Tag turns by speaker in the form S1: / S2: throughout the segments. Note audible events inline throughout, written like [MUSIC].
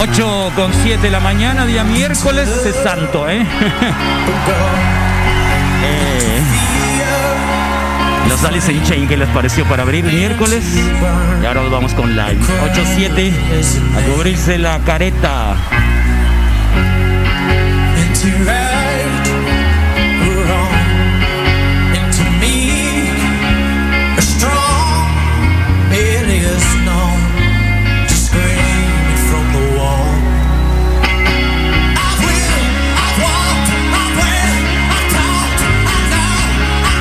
S1: 8 con 7 de la mañana, día miércoles, es santo, ¿eh? [LAUGHS] Eh, Los Alice in Chain, ¿qué les pareció para abrir miércoles? Y ahora nos vamos con Live. 8-7, a cubrirse la careta.
S2: Into right or wrong, into me, a strong it is known to scream it from the wall. I will, I walked, I went, I talked, I know,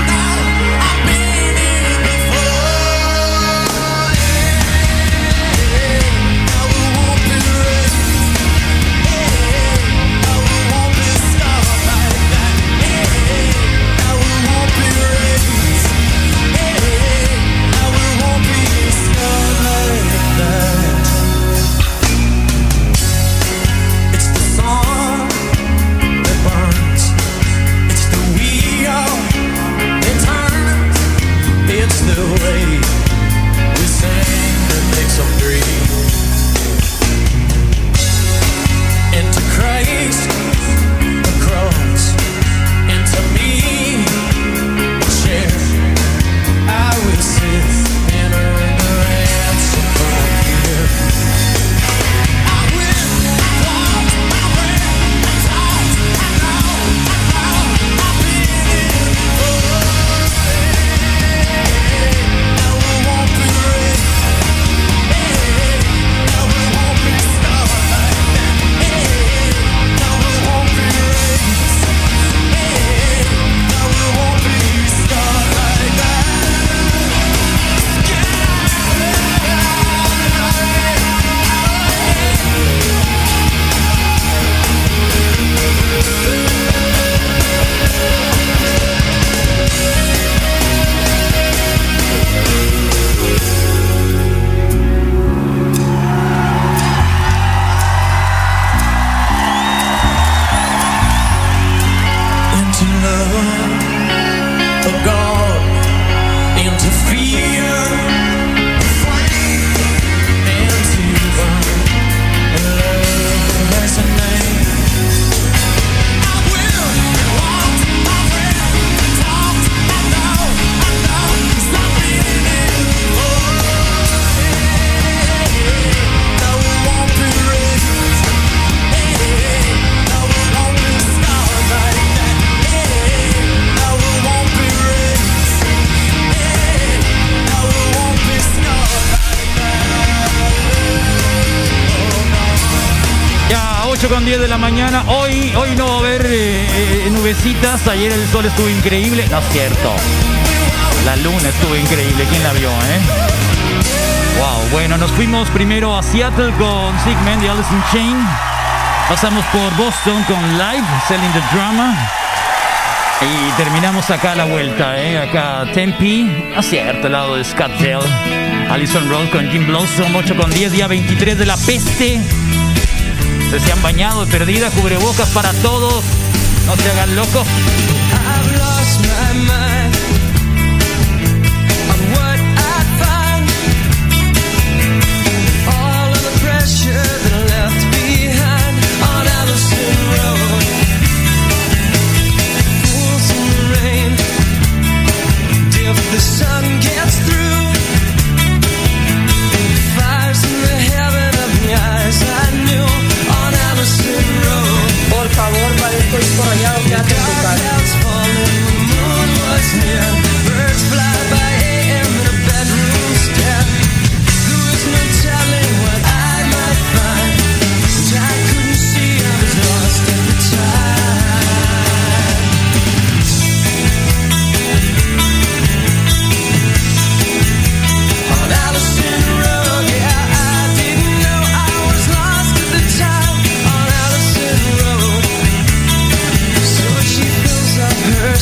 S2: I know, I've been here before. Yeah, I won't be raised. I won't be stopped by that. Yeah, I won't be raised. Yeah, I won't be stopped by that. It's the song that burns. It's the wheel that turns. It's the way we sing that makes 'em breathe. into Christ, the cross, into me, the chair. I will sit and earn the ransom from here. I will, I walk, I ran, I talked, I know, I know, I've been in before. I won't be raised. I won't be stopped by that. I won't be raised. I won't be stopped by that. into love, a God, into fear, a flame, into burn, and love as a name. I will walk, I ran, I talked, I know, I know, it's not been in Oh, I won't be raised. I won't be stopped like that. I won't be raised. I won't be stopped like
S1: Ya, 8 con 10 de la mañana. Hoy, hoy no va a haber eh, eh, nubecitas. Ayer el sol estuvo increíble. No es cierto. La luna estuvo increíble. ¿Quién la vio, eh? Wow, bueno, nos fuimos primero a Seattle con Sigmund y Alice in Chain. Pasamos por Boston con Live, Selling the Drama. Y terminamos acá a la vuelta, ¿eh? Acá Tempe, a cierto lado de Scottsdale. Allison Roll con Jim Blossom, 8 con 10, día 23 de la peste. Se, se han bañado de perdida, cubrebocas para todos. No se hagan locos.
S2: I've lost my mind on what I found. All of the pressure that I left behind on Allison Road. Pools in the rain. If the sun gets through, fires in the heaven of the eyes I knew on Allison Road.
S3: Por favor, para el disco rayado que hace
S2: Dark clouds falling, the moon was near. Birds fly by AM in a bedroom stare. There was no telling what I might find, which I couldn't see. I was lost at the time. On Allison Road, yeah, I didn't know I was lost at the time. On Allison Road. So she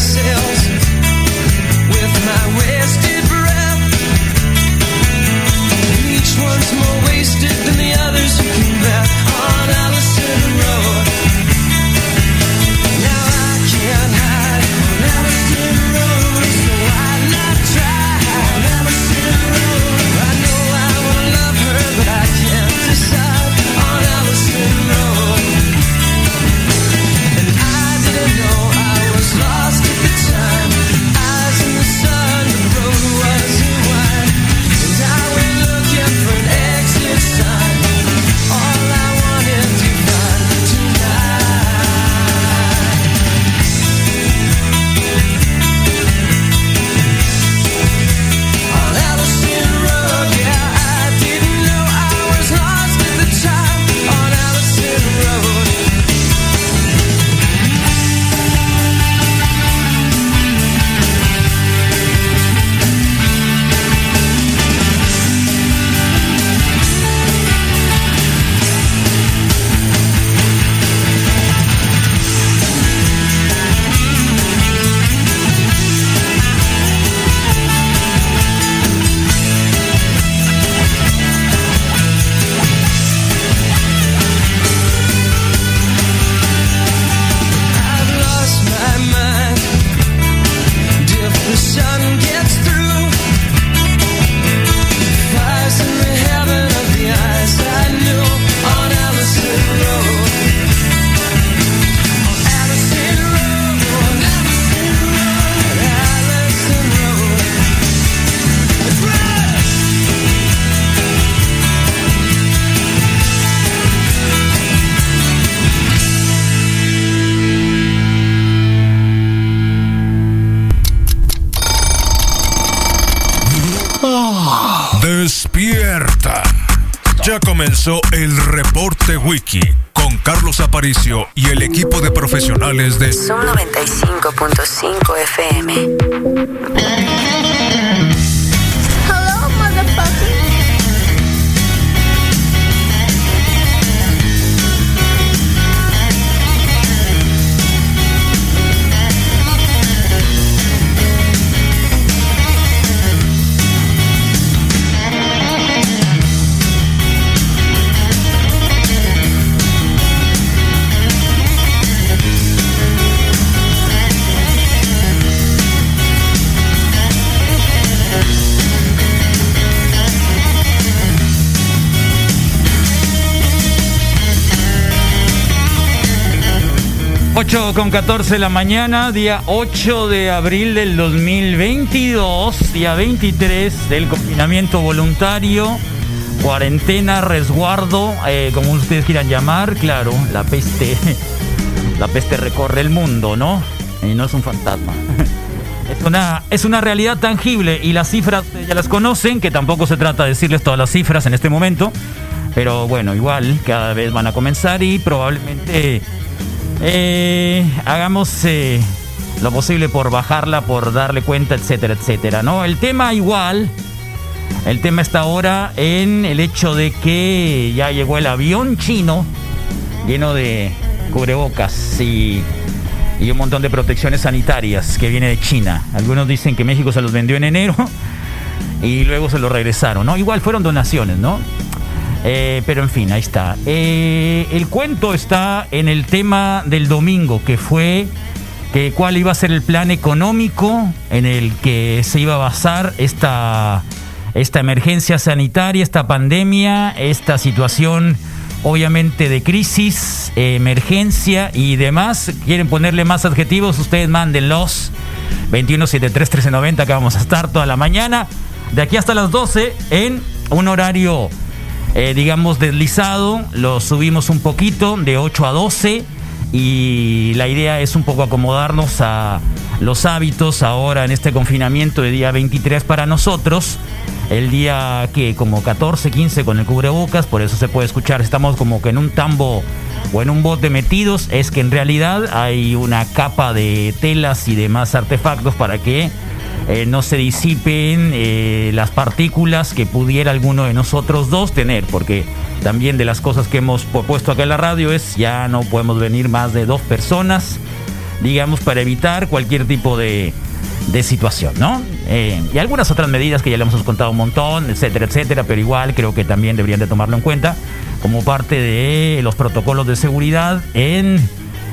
S4: Ya comenzó el reporte wiki con Carlos Aparicio y el equipo de profesionales de
S5: Son 95.5 FM.
S6: Hello, motherfucker.
S1: Ocho con 14 de la mañana, día 8 de abril del 2022, día 23 del confinamiento voluntario, cuarentena, resguardo, eh, como ustedes quieran llamar, claro, la peste, [LAUGHS] la peste recorre el mundo, ¿no? Y no es un fantasma. [LAUGHS] Es una, es una realidad tangible y las cifras eh, ya las conocen, que tampoco se trata de decirles todas las cifras en este momento, pero bueno, igual cada vez van a comenzar y probablemente eh, hagamos eh, lo posible por bajarla, por darle cuenta, etcétera, etcétera, ¿no? El tema igual, el tema está ahora en el hecho de que ya llegó el avión chino lleno de cubrebocas y, y un montón de protecciones sanitarias que viene de China. Algunos dicen que México se los vendió en enero [LAUGHS] y luego se los regresaron, ¿no? Igual fueron donaciones, ¿no? Eh, pero en fin, ahí está. Eh, el cuento está en el tema del domingo, que fue que cuál iba a ser el plan económico en el que se iba a basar esta, esta emergencia sanitaria, esta pandemia, esta situación obviamente de crisis, eh, emergencia y demás. ¿Quieren ponerle más adjetivos? Ustedes mándenlos. 2173-1390, que vamos a estar toda la mañana, de aquí hasta las 12, en un horario, eh, digamos, deslizado, lo subimos un poquito, de 8 a 12, y la idea es un poco acomodarnos a los hábitos ahora en este confinamiento de día 23 para nosotros. El día que como 14, 15 con el cubrebocas, por eso se puede escuchar, estamos como que en un tambo o en un bote metidos es que en realidad hay una capa de telas y demás artefactos para que eh, no se disipen eh, las partículas que pudiera alguno de nosotros dos tener, porque también de las cosas que hemos propuesto acá en la radio es ya no podemos venir más de dos personas, digamos, para evitar cualquier tipo de, de situación, ¿no? Eh, y algunas otras medidas que ya le hemos contado un montón, etcétera, etcétera, pero igual creo que también deberían de tomarlo en cuenta como parte de los protocolos de seguridad en,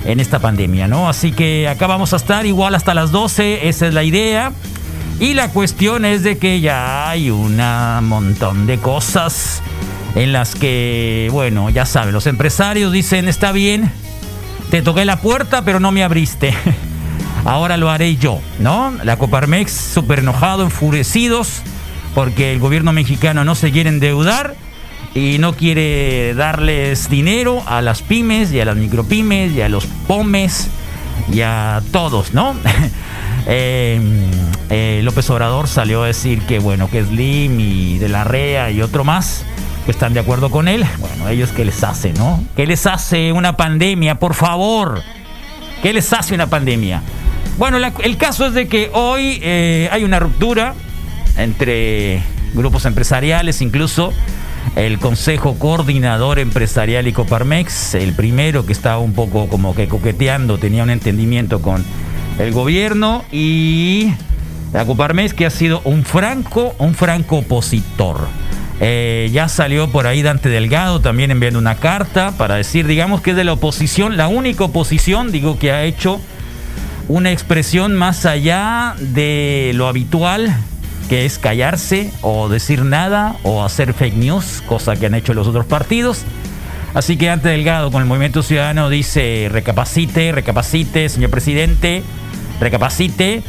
S1: en esta pandemia, ¿no? Así que acá vamos a estar igual hasta las 12, esa es la idea. Y la cuestión es de que ya hay un montón de cosas en las que, bueno, ya saben, los empresarios dicen, está bien, te toqué la puerta, pero no me abriste. [LAUGHS] Ahora lo haré yo, ¿no? La Coparmex súper enojado, enfurecidos, porque el gobierno mexicano no se quiere endeudar y no quiere darles dinero a las pymes y a las micropymes y a los pomes y a todos, ¿no? [LAUGHS] Eh, eh, López Obrador salió a decir que, bueno, que Slim y De la Rea y otro más que están de acuerdo con él. Bueno, ellos qué les hace, ¿no? ¿Qué les hace una pandemia, por favor? ¿Qué les hace una pandemia? Bueno, la- el caso es de que hoy eh, hay una ruptura entre grupos empresariales, incluso el Consejo Coordinador Empresarial y Coparmex, el primero que estaba un poco como que coqueteando, tenía un entendimiento con el gobierno y la Coparmex que ha sido un franco, un franco opositor. Eh, ya salió por ahí Dante Delgado también enviando una carta para decir, digamos que es de la oposición, la única oposición, digo, que ha hecho una expresión más allá de lo habitual, que es callarse o decir nada o hacer fake news, cosa que han hecho los otros partidos. Así que Dante Delgado con el Movimiento Ciudadano dice, recapacite, recapacite, señor presidente, recapacite.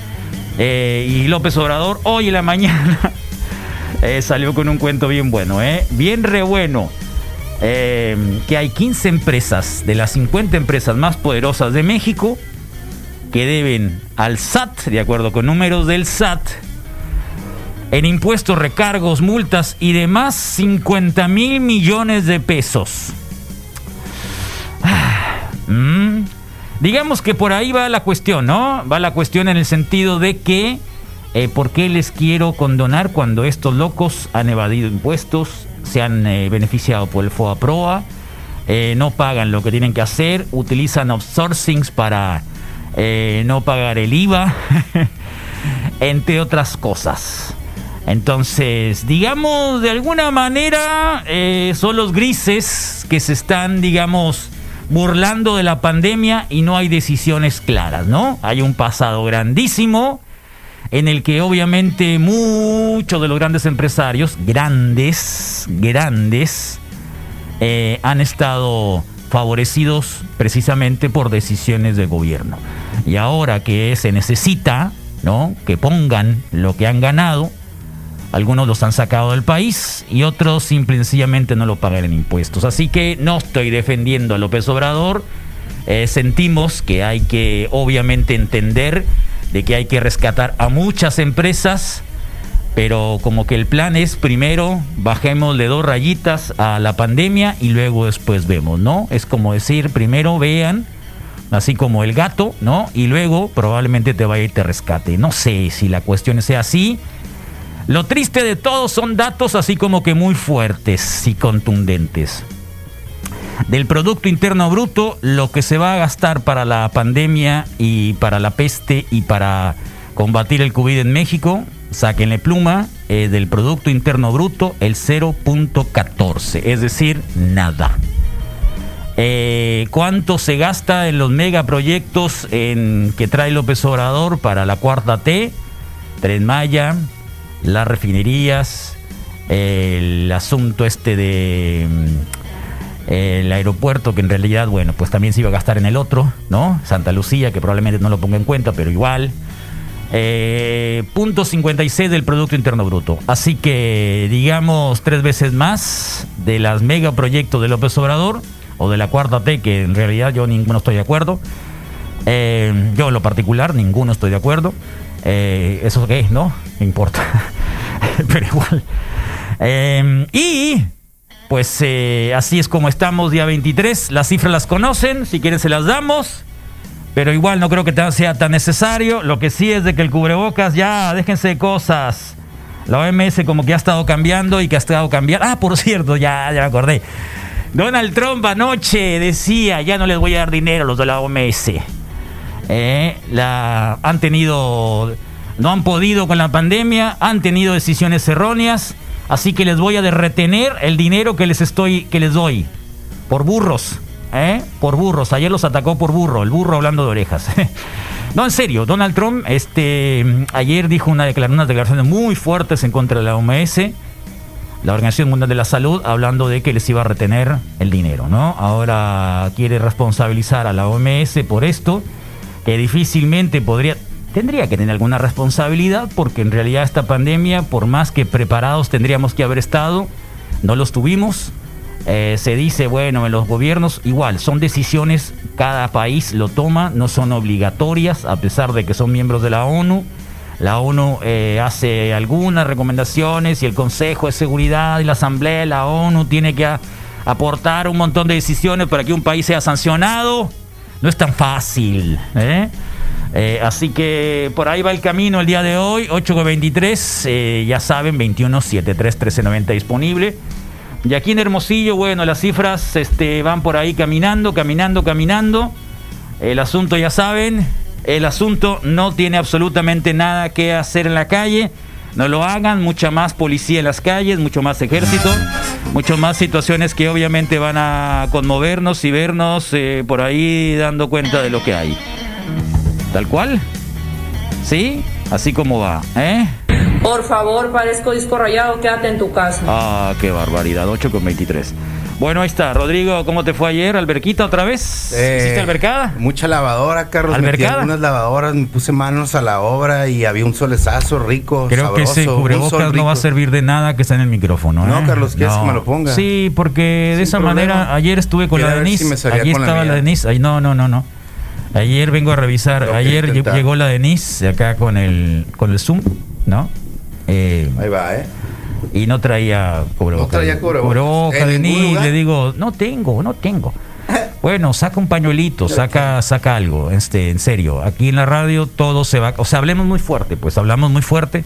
S1: Eh, y López Obrador hoy en la mañana [LAUGHS] eh, salió con un cuento bien bueno, ¿eh? bien re bueno. Eh, que hay 15 empresas de las 50 empresas más poderosas de México que deben al SAT, de acuerdo con números del SAT, en impuestos, recargos, multas y demás 50 mil millones de pesos. Ah, mm. Digamos que por ahí va la cuestión, ¿no? Va la cuestión en el sentido de que eh, ¿por qué les quiero condonar cuando estos locos han evadido impuestos, se han eh, beneficiado por el FOA Proa, eh, no pagan lo que tienen que hacer, utilizan outsourcings para eh, no pagar el IVA, [LAUGHS] entre otras cosas. Entonces, digamos, de alguna manera eh, son los grises que se están, digamos, burlando de la pandemia y no hay decisiones claras, ¿no? Hay un pasado grandísimo en el que obviamente muchos de los grandes empresarios, grandes, grandes, eh, han estado favorecidos precisamente por decisiones del gobierno. Y ahora que se necesita, ¿no? Que pongan lo que han ganado, algunos los han sacado del país y otros simple y sencillamente no lo pagan en impuestos. Así que no estoy defendiendo a López Obrador. Eh, sentimos que hay que obviamente entender de que hay que rescatar a muchas empresas, pero como que el plan es primero bajémosle dos rayitas a la pandemia y luego después vemos, ¿no? Es como decir, primero vean, así como el gato, ¿no? Y luego probablemente te vaya y te rescate. No sé si la cuestión sea así. Lo triste de todo son datos así como que muy fuertes y contundentes. Del Producto Interno Bruto, lo que se va a gastar para la pandemia y para la peste y para combatir el COVID en México, sáquenle pluma, eh, del Producto Interno Bruto el 0.14, es decir, nada. Eh, ¿Cuánto se gasta en los megaproyectos en, que trae López Obrador para la cuarta T? Tren Maya, las refinerías, el asunto este de mm, el aeropuerto que en realidad, bueno, pues también se iba a gastar en el otro, ¿no? Santa Lucía, que probablemente no lo ponga en cuenta, pero igual. Eh, punto 56 del Producto Interno Bruto. Así que, digamos, tres veces más de las megaproyectos de López Obrador, o de la cuarta T, que en realidad yo ninguno estoy de acuerdo. Eh, yo en lo particular, ninguno estoy de acuerdo. Eh, eso qué es, ¿no? No importa. [LAUGHS] Pero igual. Eh, y pues eh, así es como estamos día 23. Las cifras las conocen. Si quieren se las damos. Pero igual no creo que tan- sea tan necesario. Lo que sí es de que el cubrebocas ya, déjense de cosas. La OMS como que ha estado cambiando y que ha estado cambiando. Ah, por cierto, ya, ya me acordé. Donald Trump anoche decía, ya no les voy a dar dinero a los de la OMS. Eh, la, han tenido, no han podido con la pandemia, han tenido decisiones erróneas, así que les voy a de- retener el dinero que les estoy, que les doy, por burros, ¿eh? por burros. Ayer los atacó por burro, el burro hablando de orejas. [LAUGHS] No, en serio, Donald Trump este, ayer dijo una declar- unas declaraciones muy fuertes en contra de la OMS la Organización Mundial de la Salud hablando de que les iba a retener el dinero, ¿no? Ahora quiere responsabilizar a la OMS por esto, que difícilmente podría tendría que tener alguna responsabilidad porque en realidad esta pandemia, por más que preparados tendríamos que haber estado, no los tuvimos. Eh, se dice, bueno, en los gobiernos igual, son decisiones, cada país lo toma, no son obligatorias, a pesar de que son miembros de la ONU. La ONU eh, hace algunas recomendaciones y el Consejo de Seguridad y la Asamblea, de la ONU tiene que a- aportar un montón de decisiones para que un país sea sancionado. No es tan fácil. ¿eh? Eh, así que por ahí va el camino el día de hoy, 8 con 23, eh, ya saben, 21 73 1390 disponible. Y aquí en Hermosillo, bueno, las cifras este, van por ahí caminando, caminando, caminando. El asunto, ya saben, el asunto no tiene absolutamente nada que hacer en la calle. No lo hagan, mucha más policía en las calles, mucho más ejército, mucho más situaciones que obviamente van a conmovernos y vernos eh, por ahí dando cuenta de lo que hay. Tal cual. ¿Sí? Así como va, ¿eh?
S3: Por favor, parezco disco rayado, quédate en tu casa.
S1: Ah, qué barbaridad, 8 con 23. Bueno, ahí está. Rodrigo, ¿cómo te fue ayer? ¿Alberquita otra vez?
S7: Eh,
S1: ¿Hiciste albercada?
S7: Mucha lavadora, Carlos. Metí
S1: ¿Albercada?
S7: algunas lavadoras, me puse manos a la obra y había un solezazo rico,
S1: Creo que
S7: sabroso,
S1: ese
S7: un sol
S1: cubrebocas no
S7: rico.
S1: va a servir de nada que está en el micrófono.
S7: No,
S1: ¿eh?
S7: Carlos, ¿quieres que me lo ponga?
S1: Sí, porque de
S7: Sin
S1: esa
S7: problema.
S1: manera, ayer estuve con
S7: Quiero
S1: la
S7: ver si
S1: Denise.
S7: me salía
S1: allí
S7: con la
S1: estaba la,
S7: mía.
S1: Denise. Ay, no, no, no, no. Ayer vengo a revisar.
S7: Lo que
S1: ayer lle-
S7: intentar.
S1: llegó la Denise de acá con el, con el Zoom, ¿no? eh,
S7: Ahí va, ¿eh?
S1: y no traía cubrebocas.
S7: No traía cubrebocas.
S1: Cubrebocas,
S7: ¿En ningún
S1: ni
S7: lugar?
S1: le digo, no tengo, no
S7: [LAUGHS]
S1: tengo. Bueno, saca un pañuelito, saca, saca algo, este, en serio. Aquí en la radio todo se va, o sea, hablemos muy fuerte, pues hablamos muy fuerte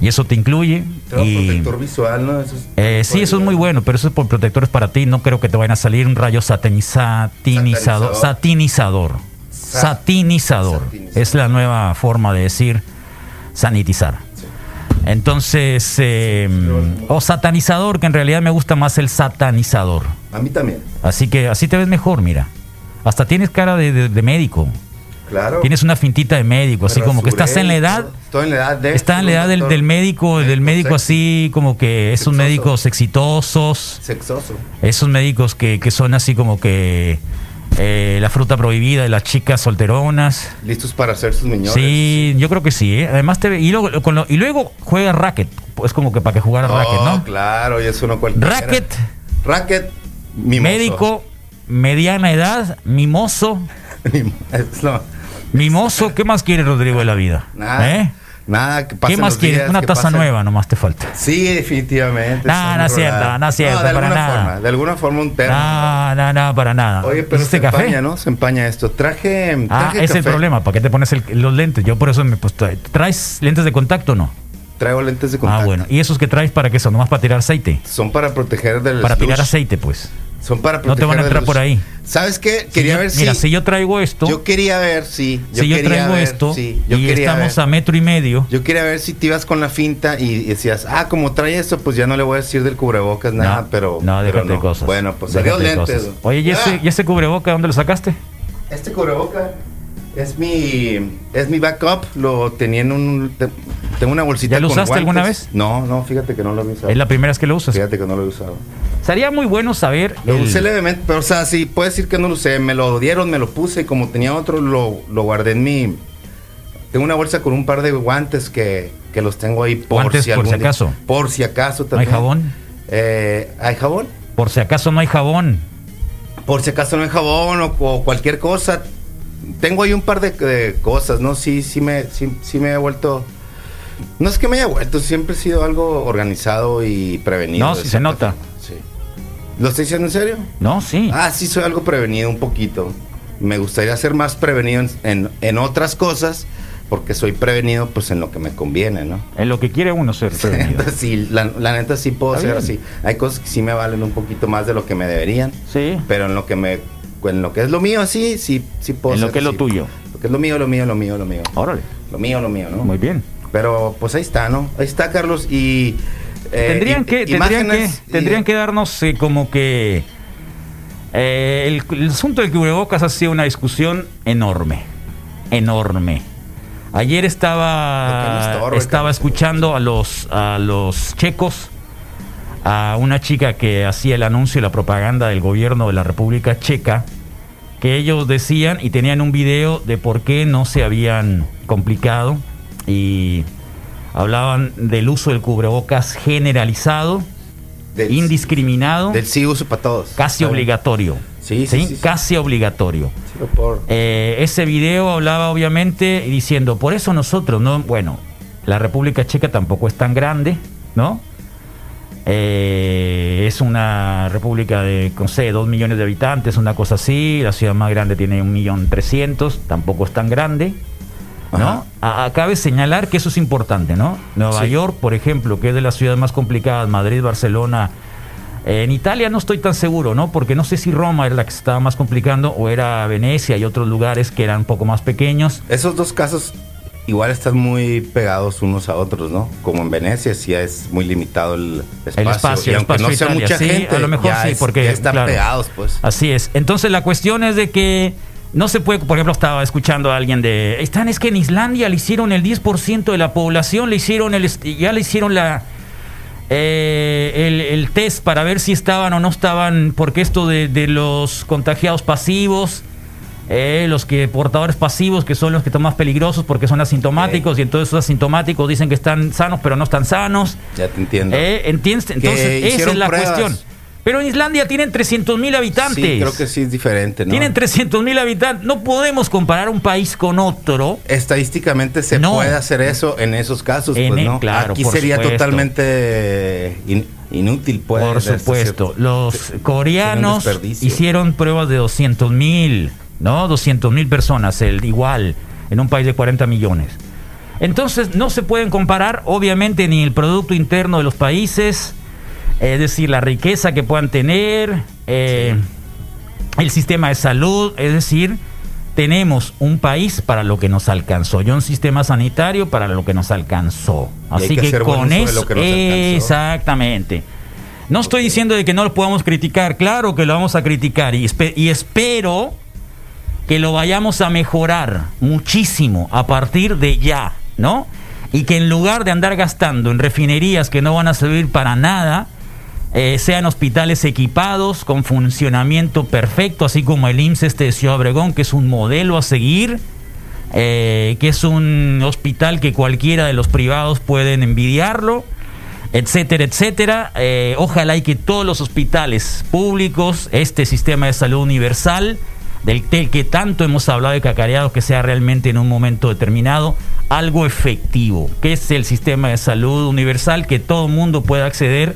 S1: y eso te incluye.
S7: Tengo
S1: y,
S7: protector visual, ¿no? Eso es-
S1: eh, sí, eso es muy bueno, pero eso es por protectores para ti. No creo que te vayan a salir un rayo satiniza- satinizador.
S7: Satanizador.
S1: Satinizador.
S7: Sa-
S1: satinizador.
S7: Satinizador.
S1: Es la nueva forma de decir sanitizar. Entonces, eh, o satanizador, que en realidad me gusta más el satanizador.
S7: A mí también,
S1: Así que así te ves mejor, mira. Hasta tienes cara de, de- de médico.
S7: claro.
S1: Tienes una fintita de médico, así
S7: Me
S1: como que
S7: rasuré
S1: estás en la
S7: y
S1: edad.
S7: todo. Estoy en la edad de.
S1: Está en la edad del, del médico, del médico así como que esos
S7: Sexoso.
S1: médicos exitosos,
S7: Sexoso.
S1: esos médicos que, que son así como que eh, la fruta prohibida de las chicas solteronas.
S7: Listos para hacer sus miñones.
S1: Sí, yo creo que sí. ¿eh? Además te ve- y luego con lo- y luego juega racket, es como que para que jugara
S7: No,
S1: racket, ¿no?
S7: Oh, Claro, y eso no cualquiera.
S1: Racket.
S7: Racket. Mimoso. [LAUGHS]
S1: Médico, mediana edad, mimoso,
S7: Mimo- es lo-
S1: mimoso. ¿Qué más quiere Rodrigo de la vida?
S7: Nada.
S1: ¿Eh?
S7: Nada, que
S1: ¿Qué
S7: pasen
S1: más
S7: los
S1: quiere?
S7: días,
S1: Una
S7: que
S1: taza
S7: pasen-
S1: nueva, nomás te falta.
S7: Sí, definitivamente.
S1: Nah,
S7: son
S1: no es
S7: roladas.
S1: cierto, no es cierto,
S7: de
S1: para
S7: alguna
S1: nada.
S7: Forma, de alguna forma un termo.
S1: No, no, no, para nada.
S7: Oye, pero
S1: ¿Hiciste
S7: se empaña, ¿no? Se empaña esto. Traje. traje
S1: Ah, ese es el
S7: café.
S1: problema. ¿Para qué te pones el- los lentes? Yo por eso me pues, tra- ¿Traes lentes de contacto o no?
S7: Traigo lentes de contacto.
S1: Ah, bueno. ¿Y esos que traes para qué son? ¿Nomás para tirar aceite?
S7: Son para proteger del.
S1: Para tirar
S7: luz.
S1: aceite, pues.
S7: Son para
S1: No te van a
S7: proteger de
S1: entrar
S7: luz.
S1: por ahí.
S7: ¿Sabes qué? Quería
S1: Si yo-
S7: ver si.
S1: Mira, si yo traigo esto,
S7: Yo quería ver si.
S1: si yo
S7: quería
S1: traigo
S7: ver
S1: esto
S7: si- yo
S1: y
S7: quería
S1: estamos
S7: ver-
S1: a metro y medio.
S7: Yo quería ver si te ibas con la finta y decías, ah, como trae esto, pues ya no le voy a decir del cubrebocas nada,
S1: no,
S7: pero.
S1: No,
S7: pero
S1: déjate de cosas.
S7: Bueno, pues
S1: Déjate
S7: adiós
S1: de
S7: lentes.
S1: cosas. Oye, ¿y ese,
S7: Ah,
S1: ¿y ese cubreboca dónde lo sacaste?
S7: Este cubreboca es mi. Es mi backup. Lo tenía en un. te- Tengo una bolsita
S1: ¿Ya lo
S7: con
S1: usaste
S7: guantes.
S1: alguna vez?
S7: No, no, fíjate que no lo he usado.
S1: Es la primera vez que lo usas.
S7: Fíjate que no lo he usado.
S1: Sería muy bueno saber.
S7: Lo
S1: el-
S7: usé levemente, pero o sea, sí, puedo decir que no lo usé. Me lo dieron, me lo puse y como tenía otro, lo, lo guardé en mi. Tengo una bolsa con un par de guantes que, que los tengo ahí por
S1: Guantes
S7: si
S1: por
S7: algún
S1: si
S7: día-
S1: acaso.
S7: por si
S1: ¿No
S7: acaso
S1: hay
S7: también.
S1: jabón?
S7: Eh, ¿Hay jabón?
S1: Por si acaso no hay jabón.
S7: Por si acaso no hay jabón o, o cualquier cosa. Tengo ahí un par de, de cosas, ¿no? Sí, sí me, sí, sí me he vuelto. No es que me haya vuelto, siempre he sido algo organizado y prevenido.
S1: No,
S7: de
S1: sí se
S7: cierta
S1: nota.
S7: forma. Sí. ¿Lo estoy diciendo en serio?
S1: No, sí.
S7: Ah, sí, soy algo prevenido un poquito. Me gustaría ser más prevenido en, en- en otras cosas, porque soy prevenido pues en lo que me conviene, ¿no? [LAUGHS]
S1: En lo que quiere uno ser prevenido.
S7: Entonces, sí, la, la neta sí puedo
S1: Está
S7: ser
S1: bien.
S7: así. Hay cosas que sí me valen un poquito más de lo que me deberían,
S1: Sí.
S7: pero en lo que me en lo que es lo mío, sí, sí, sí puedo
S1: En lo
S7: ser
S1: que es lo
S7: así.
S1: tuyo.
S7: Lo que es lo mío, lo mío, lo mío, lo mío.
S1: Órale.
S7: Lo mío, lo mío, ¿no?
S1: Muy bien.
S7: Pero pues ahí está, ¿no? Ahí está, Carlos, y... eh,
S1: tendrían
S7: y-
S1: que, tendrían que,
S7: imágenes y-
S1: tendrían que darnos eh, como que eh, el, el asunto del cubrebocas ha sido una discusión enorme, enorme. Ayer
S7: Lo que no
S1: estaba
S7: estorbe,
S1: estaba
S7: cabrón.
S1: escuchando a los a los checos a una chica que hacía el anuncio y la propaganda del gobierno de la República Checa que ellos decían y tenían un video de por qué no se habían complicado y hablaban del uso del cubrebocas generalizado,
S7: del-
S1: indiscriminado,
S7: Del sí uso para todos.
S1: casi
S7: Claro.
S1: obligatorio.
S7: Sí, sí, sí, sí.
S1: Casi obligatorio.
S7: Sí, lo puedo-
S1: Eh, ese video hablaba obviamente diciendo, por eso nosotros, no, bueno, la República Checa tampoco es tan grande, ¿no? Eh, es una república de, no sé, dos millones de habitantes, una cosa así, la ciudad más grande tiene un millón trescientos, tampoco es tan grande,
S7: Ajá.
S1: ¿no? A- a- cabe señalar que eso es importante, ¿no? Nueva
S7: Sí.
S1: York, por ejemplo, que es de las ciudades más complicadas, Madrid, Barcelona, eh, En Italia no estoy tan seguro, ¿no? Porque no sé si Roma era la que se estaba más complicando o era Venecia y otros lugares que eran un poco más pequeños.
S7: Esos dos casos igual están muy pegados unos a otros, ¿no? Como en Venecia sí es muy limitado el espacio.
S1: El espacio,
S7: y
S1: el
S7: aunque
S1: espacio
S7: no sea
S1: Italia,
S7: mucha
S1: sí,
S7: gente,
S1: a lo mejor
S7: ya
S1: sí,
S7: es-
S1: porque
S7: ya están
S1: claro.
S7: pegados, pues.
S1: Así es. Entonces la cuestión es de que no se puede, por ejemplo, estaba escuchando a alguien de, están es que en Islandia le hicieron el 10% de la población, le hicieron el, est- ya le hicieron la eh, el, el test para ver si estaban o no estaban, porque esto de, de los contagiados pasivos. eh, los que portadores pasivos que son los que están más peligrosos porque son asintomáticos y entonces los asintomáticos dicen que están sanos pero no están sanos
S7: Ya te entiendo.
S1: eh, ¿entiendes?
S7: Que
S1: Entonces, esa es
S7: hicieron
S1: la
S7: pruebas.
S1: cuestión. Pero en Islandia tienen 300 mil habitantes.
S7: Sí, creo que sí es diferente, ¿no?
S1: Tienen 300 mil habitantes. No podemos comparar un país con otro.
S7: Estadísticamente se
S1: No.
S7: puede hacer eso en esos casos,
S1: En
S7: pues,
S1: el-
S7: ¿no?
S1: claro,
S7: Aquí
S1: por
S7: sería
S1: supuesto.
S7: totalmente in- inútil, pues.
S1: Por
S7: hasta
S1: supuesto,
S7: cierto-
S1: los coreanos
S7: sería un desperdicio.
S1: hicieron pruebas de 200 mil, ¿no? 200 mil personas, el igual, en un país de 40 millones. Entonces, no se pueden comparar, obviamente, ni el Producto Interno de los países, es decir, la riqueza que puedan tener, eh, el sistema de salud, es decir, tenemos un país para lo que nos alcanzó y un sistema sanitario para lo que nos alcanzó.
S7: Y hay
S1: Así
S7: que
S1: que,
S7: hacer buen
S1: con
S7: uso de
S1: eso,
S7: lo que nos alcanzó.
S1: exactamente. No estoy diciendo de que no lo podamos criticar, claro que lo vamos a criticar y, espe- y espero que lo vayamos a mejorar muchísimo a partir de ya, ¿no? Y que en lugar de andar gastando en refinerías que no van a servir para nada, eh, sean hospitales equipados, con funcionamiento perfecto, así como el IMSS este de Ciudad Obregón, que es un modelo a seguir, eh, que es un hospital que cualquiera de los privados pueden envidiarlo, etcétera, etcétera. Eh, ojalá y que todos los hospitales públicos, este sistema de salud universal, del, del que tanto hemos hablado de cacareados, que sea realmente en un momento determinado algo efectivo, que es el sistema de salud universal, que todo mundo pueda acceder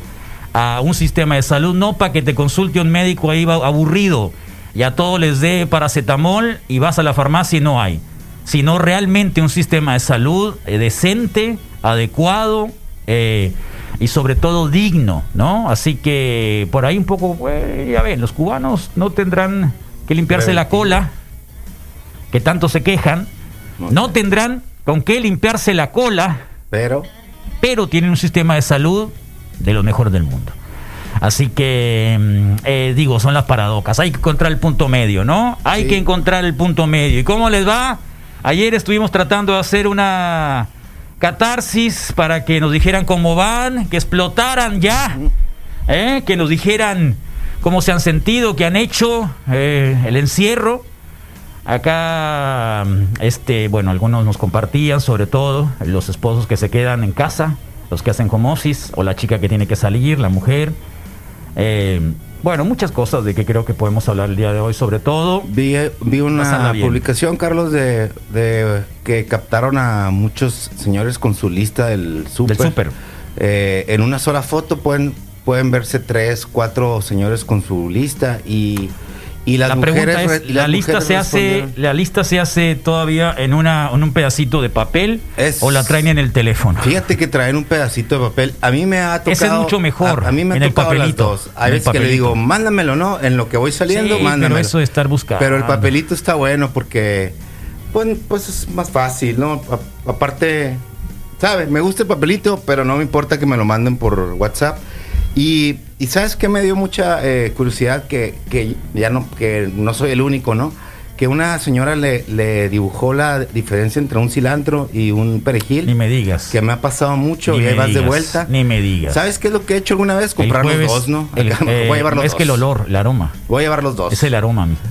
S1: a un sistema de salud, no para que te consulte un médico ahí va- aburrido y a todos les dé paracetamol y vas a la farmacia y no hay, sino realmente un sistema de salud eh, decente, adecuado eh, y sobre todo digno, ¿no? Así que por ahí un poco, eh, ya ven, los cubanos no tendrán que limpiarse la
S7: Preventivo.
S1: cola, que tanto se quejan,
S7: No
S1: no
S7: sé.
S1: tendrán con qué limpiarse la cola
S7: Pero
S1: pero tienen un sistema de salud de lo mejor del mundo. Así que, mm, eh, digo, son las paradojas. Hay que encontrar el punto medio, ¿no? Hay
S7: Sí.
S1: que encontrar el punto medio. ¿Y cómo les va? Ayer estuvimos tratando de hacer una catarsis para que nos dijeran cómo van, que explotaran ya, ¿eh? que nos dijeran cómo se han sentido, qué han hecho, eh, el encierro. Acá, mm, este, bueno, algunos nos compartían, sobre todo los esposos que se quedan en casa, los que hacen homosis, o la chica que tiene que salir, la mujer. Eh, bueno, muchas cosas de que creo que podemos hablar el día de hoy, sobre todo.
S7: vi, vi
S1: Pasarla
S7: una
S1: bien.
S7: publicación, Carlos, de, de que captaron a muchos señores con su lista del súper.
S1: Del súper.
S7: Eh, en una sola foto pueden, pueden verse tres, cuatro señores con su lista y, y las
S1: la
S7: mujeres...
S1: pregunta
S7: re-
S1: es,
S7: y
S1: ¿la
S7: las
S1: lista
S7: mujeres
S1: se hace,
S7: respondieron.
S1: la lista se hace todavía en una, en un pedacito de papel
S7: Es-
S1: o la traen en el teléfono?
S7: Fíjate que traen un pedacito de papel. A mí me ha tocado.
S1: Ese es mucho mejor,
S7: A, a mí me
S1: en
S7: ha
S1: el
S7: tocado las
S1: papelito,
S7: dos.
S1: en
S7: Hay
S1: el
S7: veces que le
S1: papelito.
S7: digo, mándamelo, ¿no? En lo que voy saliendo,
S1: Sí,
S7: mándamelo.
S1: pero eso de estar buscando.
S7: Pero el papelito está bueno porque. Pues, pues es más fácil, ¿no? A- aparte, ¿sabes? Me gusta el papelito, pero no me importa que me lo manden por WhatsApp. Y, y ¿sabes qué? Me dio mucha eh, curiosidad que, que ya no, que no soy el único, ¿no? Que una señora le, le dibujó la diferencia entre un cilantro y un perejil
S1: Ni me digas.
S7: que me ha pasado mucho
S1: Ni
S7: y ahí
S1: me
S7: vas de
S1: digas,
S7: vuelta.
S1: Ni me digas.
S7: ¿Sabes qué es lo que he hecho alguna vez?
S1: El
S7: Comprar
S1: jueves,
S7: los dos, ¿no?
S1: el-
S7: Acá [LAUGHS] me-
S1: eh,
S7: voy a llevar los
S1: es
S7: dos.
S1: que el olor, el aroma.
S7: Voy a llevar los dos.
S1: Es el aroma, mijo.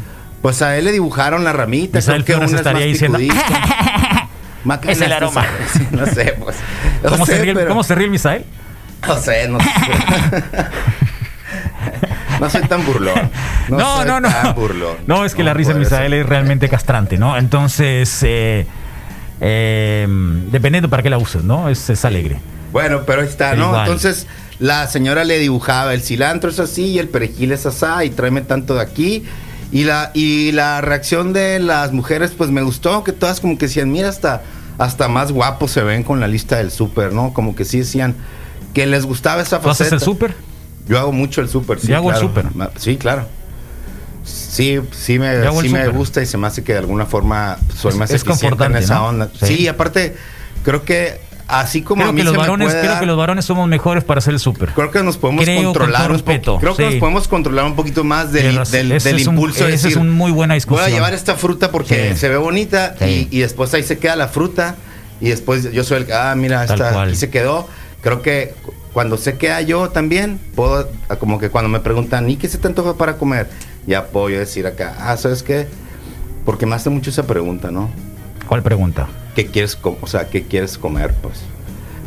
S7: Pues a él le dibujaron la ramita.
S1: Isabel
S7: creo que
S1: Flores
S7: una es más
S1: estaría diciendo, [LAUGHS] "Ah,
S7: picudita. Macanas,
S1: Es el aroma.
S7: [LAUGHS] tú sabes, No sé, pues. No
S1: ¿Cómo, se
S7: sé,
S1: ríe, el-
S7: pero-
S1: ¿Cómo se ríe el Misael?
S7: No sé,
S1: [LAUGHS]
S7: no sé. no soy
S1: [LAUGHS]
S7: tan burlón. No,
S1: No,
S7: soy
S1: no, no.
S7: tan burlón.
S1: No, es que la risa de
S7: puede ser.
S1: Misael es realmente castrante, ¿no? Entonces, eh, eh, dependiendo para qué la uses, ¿no? Es, es alegre.
S7: Bueno, pero ahí está,
S1: Pero
S7: ¿no?
S1: igual.
S7: Entonces la señora le dibujaba el cilantro es así y el perejil es asá y tráeme tanto de aquí. Y la, y la reacción de las mujeres, pues me gustó, que todas como que decían, mira, hasta, hasta más guapos se ven con la lista del súper, ¿no? Como que sí decían que les gustaba esa
S1: ¿Tú haces
S7: faceta.
S1: el súper?
S7: Yo hago mucho el súper, sí.
S1: Yo hago el
S7: claro.
S1: súper.
S7: Ma- Sí, claro. Sí, sí me,
S1: Yo hago el
S7: sí me
S1: súper.
S7: gusta y se me hace que de alguna forma soy
S1: Es-
S7: más
S1: es
S7: eficiente en
S1: confortante,
S7: esa
S1: ¿no?
S7: onda.
S1: Sí.
S7: Sí. aparte, creo que así como a
S1: Creo
S7: mí
S1: que, los
S7: se me
S1: varones,
S7: puede
S1: creo
S7: dar-
S1: que los varones somos mejores para hacer el súper.
S7: Creo que nos podemos
S1: Creo, con
S7: controlar
S1: todo
S7: un poquito.
S1: respeto,
S7: Creo que
S1: sí.
S7: nos podemos controlar un poquito más del,
S1: Tienes razón.
S7: del-
S1: Ese
S7: del
S1: es un-
S7: impulso. de
S1: esa es
S7: decir,
S1: una muy buena discusión.
S7: Voy a llevar esta fruta porque
S1: Sí.
S7: se ve bonita
S1: Sí.
S7: y, y después ahí se queda la fruta y después yo soy el que, ah, mira,
S1: Tal
S7: esta
S1: cual.
S7: aquí se quedó. Creo que cu- cuando se queda yo también, puedo, ah, como que cuando me preguntan, ¿y qué se te antoja para comer? Ya puedo yo decir acá, ah, ¿sabes qué? Porque me hace mucho esa pregunta, ¿no?
S1: ¿Cuál pregunta?
S7: ¿Qué quieres, com- o sea, ¿qué quieres comer? Pues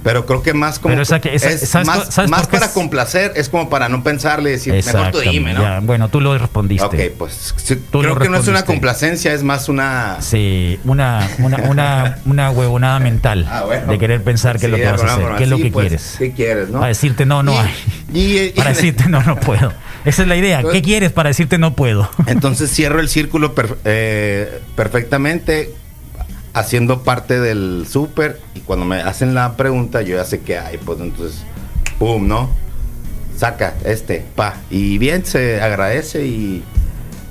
S7: Pero creo que más como.
S1: Pero esa que- esa-
S7: es
S1: ¿sabes
S7: más,
S1: cu- sabes
S7: más
S1: por qué
S7: para
S1: es?
S7: complacer, es como para no pensarle y decir, mejor tú dime, ¿no?
S1: ya, bueno, tú lo respondiste.
S7: Ok, pues sí,
S1: Tú
S7: creo
S1: lo
S7: que no es una
S1: respondiste.
S7: complacencia, es más una.
S1: Sí, una, una, una, una huevonada mental
S7: Ah, bueno.
S1: de querer pensar qué es lo
S7: Sí,
S1: que vas a
S7: bueno,
S1: hacer,
S7: bueno,
S1: qué es lo
S7: sí,
S1: que
S7: pues,
S1: quieres.
S7: ¿Qué quieres, no?
S1: Para decirte no, no
S7: Y-
S1: hay.
S7: y- y- [LAUGHS]
S1: para decirte no, no puedo. Esa es la idea. ¿Qué
S7: Entonces-
S1: quieres para decirte no puedo?
S7: Entonces cierro el círculo per- eh, perfectamente haciendo parte del súper y cuando me hacen la pregunta yo ya sé que hay, pues entonces, ¡pum! ¿no? Saca este, pa. Y bien, se agradece y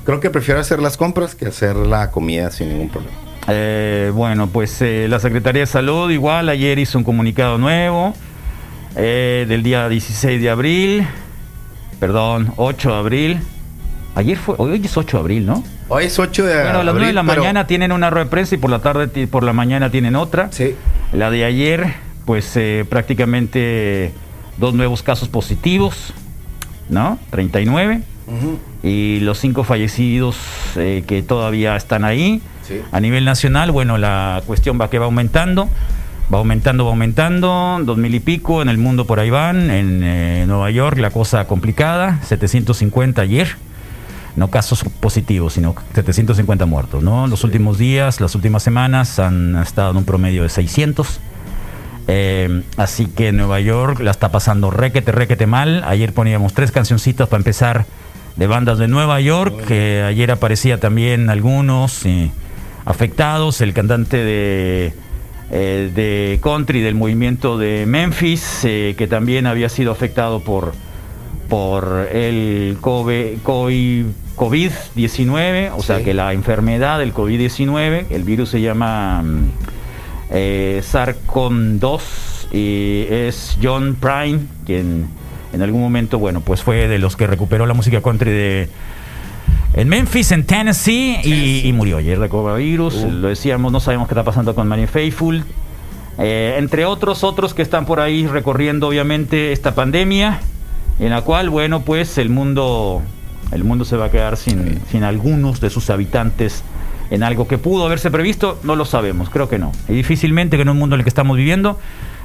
S7: creo que prefiero hacer las compras que hacer la comida sin ningún problema.
S1: [LAUGHS] Eh, bueno, pues eh, la Secretaría de Salud igual ayer hizo un comunicado nuevo eh, del día 16 de abril, perdón, 8 de abril. Ayer fue, hoy es 8 de abril, ¿no?
S7: Hoy es 8 de
S1: Bueno, a las 9 de la
S7: Eh, abril, pero-
S1: mañana tienen una rueda de prensa y por la tarde, ti- por la mañana tienen otra.
S7: Sí.
S1: La de ayer, pues eh, prácticamente dos nuevos casos positivos, ¿no? 39.
S7: Ujú.
S1: Y los cinco fallecidos eh, que todavía están ahí.
S7: Sí.
S1: A nivel nacional, bueno, la cuestión va que va aumentando. Va aumentando, va aumentando, dos mil y pico, en el mundo por ahí van, en eh, Nueva York la cosa complicada, 750 ayer, no casos positivos, sino 750 muertos, ¿no? Los últimos días, las últimas semanas han estado en un promedio de 600. Eh, así que Nueva York la está pasando requete, requete mal. Ayer poníamos tres cancioncitas para empezar de bandas de Nueva York, que ayer aparecía también algunos eh, afectados, el cantante de, eh, de country del movimiento de Memphis, eh, que también había sido afectado por, por el COVID- COVID- COVID-19, o sea
S7: Sí.
S1: que la enfermedad del COVID-19, el virus se llama mm, eh, SARS-CoV-2 y es John Prine, quien en algún momento, bueno, pues fue de los que recuperó la música country de... En Memphis, en Tennessee, y, y murió ayer de coronavirus. Lo decíamos, no sabemos qué está pasando con Marion Faithful. Eh, entre otros, otros que están por ahí recorriendo, obviamente, esta pandemia, en la cual, bueno, pues el mundo, el mundo se va a quedar sin, sin algunos de sus habitantes en algo que pudo haberse previsto, no lo sabemos, creo que no. Y difícilmente que en un mundo en el que estamos viviendo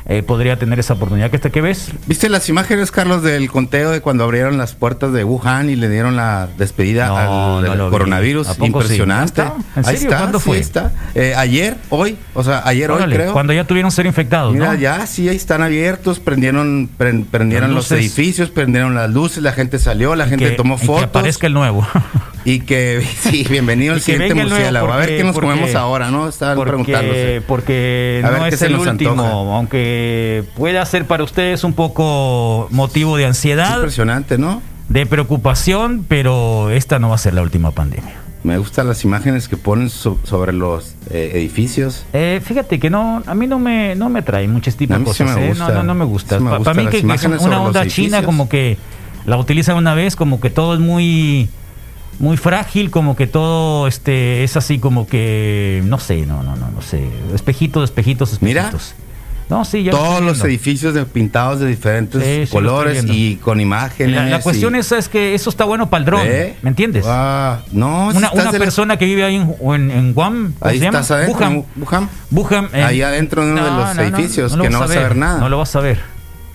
S1: eh, podría tener esa oportunidad que este que ves.
S7: ¿Viste las imágenes, Carlos, del conteo de cuando abrieron las puertas de Wuhan y le dieron la despedida
S1: No,
S7: al
S1: no
S7: del
S1: lo vi. ¿A
S7: coronavirus?
S1: poco sí?
S7: Impresionante.
S1: ¿Ahí está? ¿En serio? ¿Cuándo
S7: sí,
S1: fue?
S7: ahí está. Eh, ayer, hoy, o sea, ayer,
S1: Órale,
S7: hoy creo.
S1: Cuando ya tuvieron ser infectados,
S7: Mira,
S1: ¿no?
S7: ya sí, ahí están abiertos, prendieron, pren- prendieron
S1: Las
S7: los
S1: luces.
S7: edificios, prendieron las luces, la gente salió, la gente
S1: Que-
S7: tomó
S1: y Que
S7: fotos.
S1: aparezca el nuevo. [LAUGHS]
S7: Y que, [LAUGHS] sí, bienvenido
S1: Y
S7: el
S1: que
S7: siguiente
S1: venga el nuevo,
S7: murciélago. a ver
S1: porque-
S7: qué nos
S1: porque-
S7: comemos ahora, ¿no? Estaban
S1: porque,
S7: preguntándose.
S1: porque
S7: A ver
S1: no
S7: qué
S1: es
S7: se
S1: el
S7: nos
S1: último,
S7: antoja.
S1: aunque pueda ser para ustedes un poco motivo de
S7: Es
S1: ansiedad,
S7: impresionante, ¿no?
S1: de preocupación, pero esta no va a ser la última pandemia.
S7: Me gustan las imágenes que ponen so- sobre los eh, edificios.
S1: Eh, fíjate que no, a mí no me, no me atrae muchos tipos
S7: A
S1: de
S7: mí sí
S1: cosas.
S7: me
S1: eh.
S7: gusta.
S1: No, no, no me gusta.
S7: Sí me
S1: Pa-
S7: gustan
S1: Para mí que,
S7: las
S1: que es
S7: imágenes sobre
S1: una
S7: los
S1: onda china
S7: edificios.
S1: como que la utilizan una vez, como que todo es muy, muy frágil, como que todo este es así como que no sé, no, no, no, no sé. Espejitos, espejitos,
S7: Mira.
S1: espejitos. no, sí, ya lo
S7: Todos
S1: estoy
S7: los
S1: viendo.
S7: edificios de- pintados de diferentes
S1: Sí, sí, lo estoy
S7: colores
S1: viendo.
S7: y con imágenes.
S1: La, la cuestión
S7: y-
S1: es, es que eso está bueno para el dron,
S7: ¿Eh?
S1: ¿me entiendes?
S7: Ah, no, si
S1: una
S7: estás
S1: una
S7: de la-
S1: persona que vive ahí en, o en, en Guam, ¿cómo
S7: Ahí
S1: se llama?
S7: estás adentro,
S1: Wuhan.
S7: en Wuhan.
S1: Buham, eh,
S7: Ahí adentro de uno de los edificios,
S1: lo
S7: que no vas a ver nada.
S1: No lo vas a ver.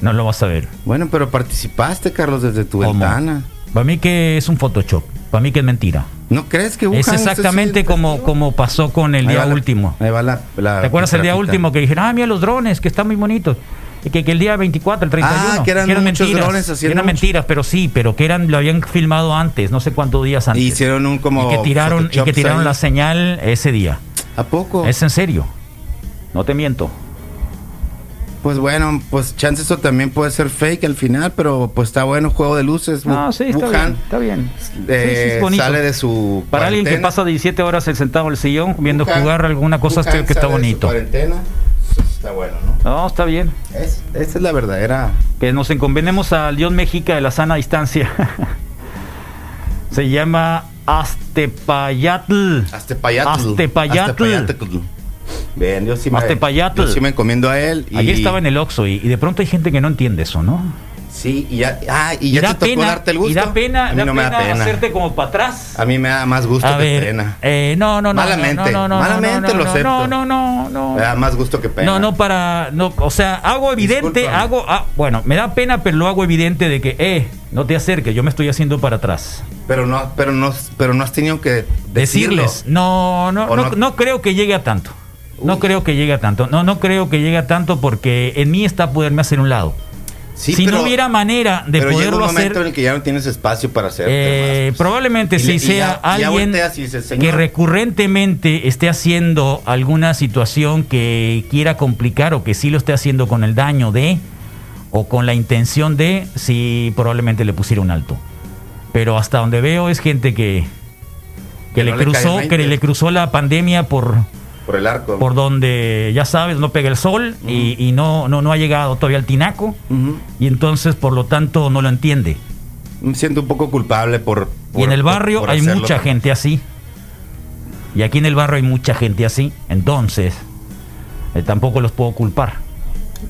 S1: No lo vas a ver.
S7: Bueno, pero participaste, Carlos, desde tu
S1: ¿Cómo?
S7: ventana.
S1: Para mí que es un Photoshop. Para mí que es mentira.
S7: ¿No crees que Wuhan
S1: es exactamente como, como pasó con el
S7: Ahí
S1: día
S7: va la-
S1: último.
S7: Ahí va la, la-
S1: ¿Te acuerdas el día
S7: grafita.
S1: último que dijeron, ah, mira los drones, que están muy bonitos? Y que, que el día 24, el 31,
S7: Ah, que eran muchos drones haciendo
S1: que eran
S7: mucho-
S1: mentiras, pero sí, pero que eran lo habían filmado antes, no sé cuántos días antes.
S7: Y hicieron un como
S1: y que tiraron, y que
S7: photoshops
S1: tiraron
S7: ahí. Oh.
S1: la señal ese día.
S7: ¿A poco?
S1: Es en serio. No te miento.
S7: Pues bueno, pues chance eso también puede ser fake al final, pero pues está bueno, juego de luces.
S1: No,
S7: Bu-
S1: sí, está
S7: Wuhan,
S1: bien. Está bien.
S7: eh,
S1: Sí, sí, es bonito.
S7: sale de su
S1: Para alguien que
S7: cuarentena.
S1: pasa 17 horas sentado en el sillón viendo
S7: Wuhan-
S1: jugar alguna cosa,
S7: Wuhan
S1: creo que está
S7: sale de su
S1: bonito.
S7: cuarentena. Eso Está bueno, ¿no?
S1: No, está bien.
S7: Es, esa es la verdadera.
S1: Que nos enconvenemos al Dios México de la sana distancia. [LAUGHS] Se llama Aztepayatl.
S7: Aztepayatl.
S1: Aztepayatl.
S7: Aztepayatl. Bien, yo sí me.
S1: Aztepayatl.
S7: yo sí me encomiendo a él. y-
S1: Ayer estaba en el Oxxo y, y de pronto hay gente que no entiende eso, ¿no?
S7: Sí, y ya, ah, y ya te tocó darte el gusto.
S1: Y da pena,
S7: a mí
S1: da
S7: no
S1: pena,
S7: me da pena.
S1: hacerte como para atrás.
S7: A mí me da más gusto
S1: A
S7: que
S1: ver,
S7: pena.
S1: eh, no, no, no,
S7: Malamente,
S1: no, no, no, no,
S7: malamente
S1: no, no,
S7: lo
S1: no,
S7: acepto.
S1: No, no, no, no.
S7: Me da más gusto que pena.
S1: No, no para, no, o sea, hago evidente,
S7: Discúlpame.
S1: hago, ah, bueno, me da pena, pero lo hago evidente de que, eh, no te acerques, yo me estoy haciendo para atrás.
S7: Pero no, pero no, pero no has tenido que decirlo.
S1: Decirles, no, no,
S7: ¿O
S1: no,
S7: no?
S1: no creo que llegue a tanto. No
S7: Uy.
S1: creo que llegue a tanto. No, no creo que llegue a tanto porque en mí está poderme hacer un lado.
S7: Sí,
S1: si
S7: pero-
S1: no hubiera manera de
S7: pero llega un
S1: poderlo
S7: momento en
S1: hacer,
S7: el que ya no tienes espacio para hacer.
S1: eh, probablemente
S7: pues. Y le-
S1: si
S7: y
S1: sea
S7: ya- y ya
S1: alguien
S7: volteas y dices,
S1: que
S7: "Señor".
S1: recurrentemente esté haciendo alguna situación que quiera complicar o que sí lo esté haciendo con el daño de o con la intención de, sí probablemente le pusiera un alto. Pero hasta donde veo es gente que, que,
S7: Que
S1: le
S7: no le cae ¿eh?
S1: cruzó,
S7: el
S1: que le
S7: 20.
S1: cruzó la pandemia por,
S7: por el arco.
S1: por donde, ya sabes, no pega el sol y, y no, no, no ha llegado todavía al tinaco.
S7: Ujú.
S1: Y entonces, por lo tanto, no lo entiende.
S7: Me siento un poco culpable por.
S1: Y
S7: por-
S1: en el barrio
S7: por- por
S1: hay
S7: hacerlo
S1: mucha
S7: también.
S1: gente así. Y aquí en el barrio hay mucha gente así. Entonces, eh, tampoco los puedo culpar.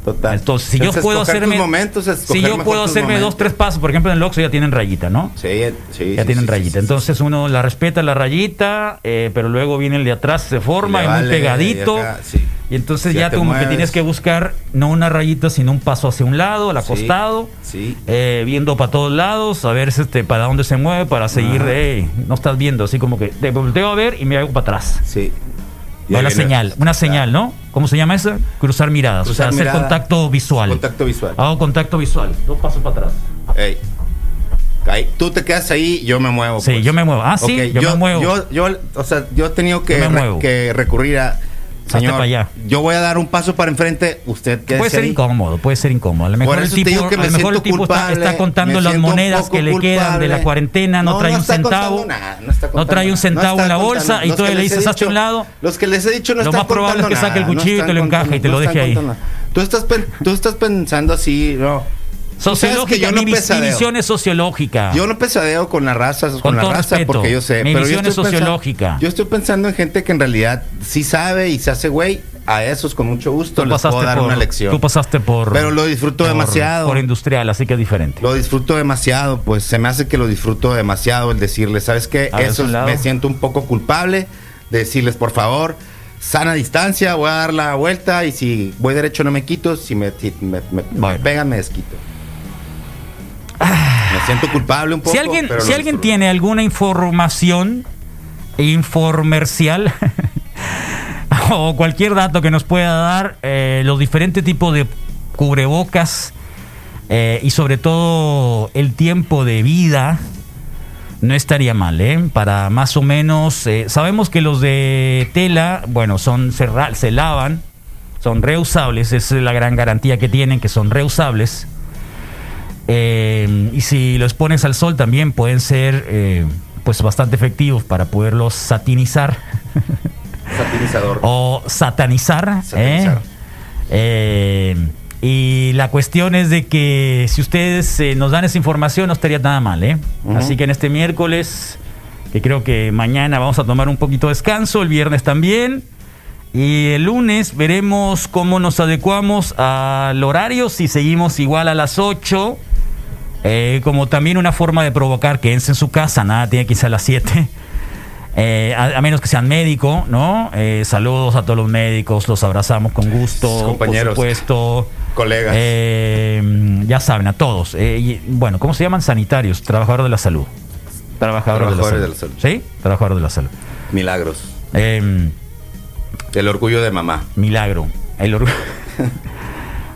S7: Total.
S1: Entonces, si
S7: Es
S1: yo puedo
S7: escoger tus
S1: hacerme.
S7: momentos, es
S1: si
S7: escoger
S1: yo
S7: mejor
S1: puedo
S7: tus
S1: hacerme dos,
S7: momentos.
S1: tres pasos, por ejemplo, en el Oxxo ya tienen rayita, ¿no?
S7: Sí, eh, sí.
S1: ya
S7: sí,
S1: tienen
S7: sí,
S1: rayita.
S7: sí, sí.
S1: Entonces uno la respeta la rayita, eh, pero luego viene el de atrás, se forma,
S7: Le
S1: es
S7: vale,
S1: muy pegadito.
S7: y acá, sí.
S1: Y entonces
S7: Ya
S1: ya,
S7: te
S1: como que
S7: mueves.
S1: tienes que buscar no una rayita, sino un paso hacia un lado, al
S7: Sí,
S1: acostado,
S7: sí.
S1: eh, viendo para todos lados, a ver este, para dónde se mueve, para seguir,
S7: Ajá.
S1: eh, no estás viendo, así como que te volteo a ver y me hago para atrás.
S7: Sí.
S1: O
S7: Ya
S1: la
S7: viene-
S1: señal, una
S7: Ah,
S1: señal, ¿no? ¿Cómo se llama eso? Cruzar miradas,
S7: Cruzar
S1: o sea,
S7: mirada.
S1: hacer contacto visual.
S7: Contacto visual.
S1: Hago contacto visual, dos pasos para atrás.
S7: Ey. Ahí, Tú te quedas ahí, yo me muevo. pues.
S1: Sí, yo me muevo. Ah, sí,
S7: Ok,
S1: yo me muevo.
S7: Yo, yo, o sea, yo he tenido que,
S1: Yo me
S7: re-
S1: muevo.
S7: que recurrir a.
S1: Hazte
S7: Señor,
S1: pa' allá.
S7: yo voy a dar un paso para enfrente. Usted quédese
S1: Puede ser
S7: ahí.
S1: incómodo, puede ser incómodo. A lo mejor
S7: Por
S1: el
S7: eso te digo
S1: tipo,
S7: que
S1: a
S7: me
S1: lo mejor el
S7: siento
S1: tipo está,
S7: culpable,
S1: está contando
S7: me
S1: las
S7: siento un
S1: monedas
S7: poco
S1: que le quedan de la
S7: culpable.
S1: cuarentena, no,
S7: No,
S1: trae
S7: no
S1: un
S7: está
S1: centavo,
S7: contando nada, no está
S1: no
S7: contando
S1: trae un
S7: nada.
S1: centavo
S7: No está
S1: en la
S7: contando.
S1: bolsa y
S7: Los
S1: todavía
S7: que
S1: le
S7: les he
S1: dices hazte a un
S7: dicho-
S1: lado.
S7: Los que les he dicho no
S1: Lo
S7: están
S1: más probable
S7: contando
S1: es que saque el
S7: nada, no
S1: cuchillo y te
S7: están
S1: lo encaje y te
S7: contando,
S1: lo
S7: no
S1: deje
S7: están
S1: ahí.
S7: contando nada. Tú estás, pen- tú estás pensando así, no. Tú sabes que
S1: Sociológica,
S7: yo
S1: mi,
S7: no
S1: vis- mi
S7: pesadeo.
S1: visión es sociológica.
S7: Yo no pesadeo con la raza, con,
S1: Con
S7: la
S1: todo
S7: raza,
S1: respeto,
S7: porque yo sé.
S1: mi
S7: pero yo
S1: visión es
S7: estoy pensa-
S1: sociológica.
S7: yo estoy pensando en gente que en realidad sí sabe y se hace güey. A esos con mucho gusto
S1: tú
S7: les puedo
S1: pasaste
S7: dar
S1: por,
S7: una lección.
S1: tú pasaste por
S7: Pero lo disfruto
S1: por-
S7: demasiado.
S1: por industrial, así que es diferente.
S7: Lo disfruto demasiado, pues se me hace que lo disfruto demasiado el decirles, ¿sabes qué?
S1: A ver,
S7: Eso
S1: es un lado.
S7: me siento un poco culpable. de Decirles, por favor, sana distancia, voy a dar la vuelta y si voy derecho no me quito, si me, si me, me- me
S1: Bueno.
S7: pegan me desquito. Me siento culpable un poco.
S1: si alguien,
S7: pero
S1: si
S7: lo
S1: alguien
S7: disfruto.
S1: tiene alguna información informercial [LAUGHS] o cualquier dato que nos pueda dar, eh, los diferentes tipos de cubrebocas eh, y sobre todo el tiempo de vida, no estaría mal, ¿eh? Para más o menos, eh, sabemos que los de tela, bueno, son se, ra- se lavan, son reusables, esa es la gran garantía que tienen, que son reusables. Eh, y si los pones al sol también pueden ser eh, pues bastante efectivos para poderlos
S7: [LAUGHS]
S1: satinizar
S7: Satinizador.
S1: o satanizar.
S7: Satanizar.
S1: ¿eh? Eh, y la cuestión es de que si ustedes eh, nos dan esa información no estaría nada mal. ¿eh?
S7: Ujú.
S1: Así que en este miércoles, que creo que mañana vamos a tomar un poquito de descanso, el viernes también. Y el lunes veremos cómo nos adecuamos al horario, si seguimos igual a las 8. eh, como también una forma de provocar que en su casa, nada, tiene que irse a las 7. [LAUGHS] Eh, a, a menos que sean médico, ¿no? Eh, saludos a todos los médicos, los abrazamos con gusto,
S7: Compañeros.
S1: por supuesto.
S7: Colegas.
S1: Eh, ya saben, a todos. Eh, y, bueno, ¿cómo se llaman? Sanitarios, trabajadores de la salud. Trabajadores, de, la salud. Sí, trabajadores de la salud.
S7: Milagros.
S1: Eh,
S7: El orgullo de mamá.
S1: milagro. El orgu- [LAUGHS]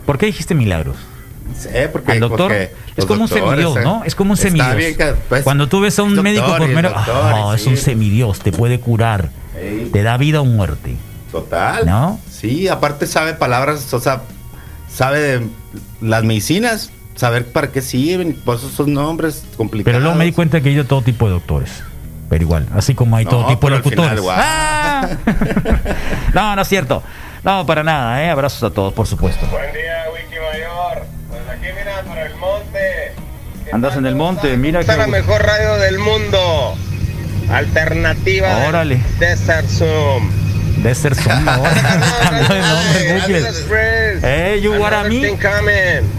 S1: ¿Por qué dijiste milagros?
S7: Sí, porque,
S1: Al doctor
S7: porque
S1: es
S7: los
S1: como un
S7: doctores,
S1: semidios,
S7: eh,
S1: ¿no? Es como un
S7: está
S1: semidios.
S7: bien que, pues,
S1: Cuando tú ves a un
S7: es
S1: médico
S7: doctor y
S1: por
S7: es
S1: menos,
S7: doctor,
S1: "Ah, es
S7: sí.
S1: un semidios, te puede curar,
S7: Sí.
S1: te da vida o muerte.
S7: Total.
S1: ¿No?
S7: Sí, aparte sabe palabras, o sea, sabe de las medicinas, saber para qué sirven, por eso son nombres complicados.
S1: Pero luego me di cuenta que hay de todo tipo de doctores. Pero igual, así como hay
S7: No,
S1: todo tipo de
S7: pero al
S1: locutores.
S7: final, guau.
S1: ¡Ah! [LAUGHS] no, no es cierto. No, para nada, ¿eh? Abrazos a todos, por supuesto.
S8: Buen día, Wiki Mayor. Pues aquí mira, por el monte.
S1: Andas en el monte, mira
S8: Está la
S1: que.
S8: mejor radio del mundo. Alternativa. del
S1: Órale.
S8: Desert Zoom.
S1: De ser
S8: [LAUGHS]
S1: son ahora. Ando de nombre en bucles. Eh, you what I mean?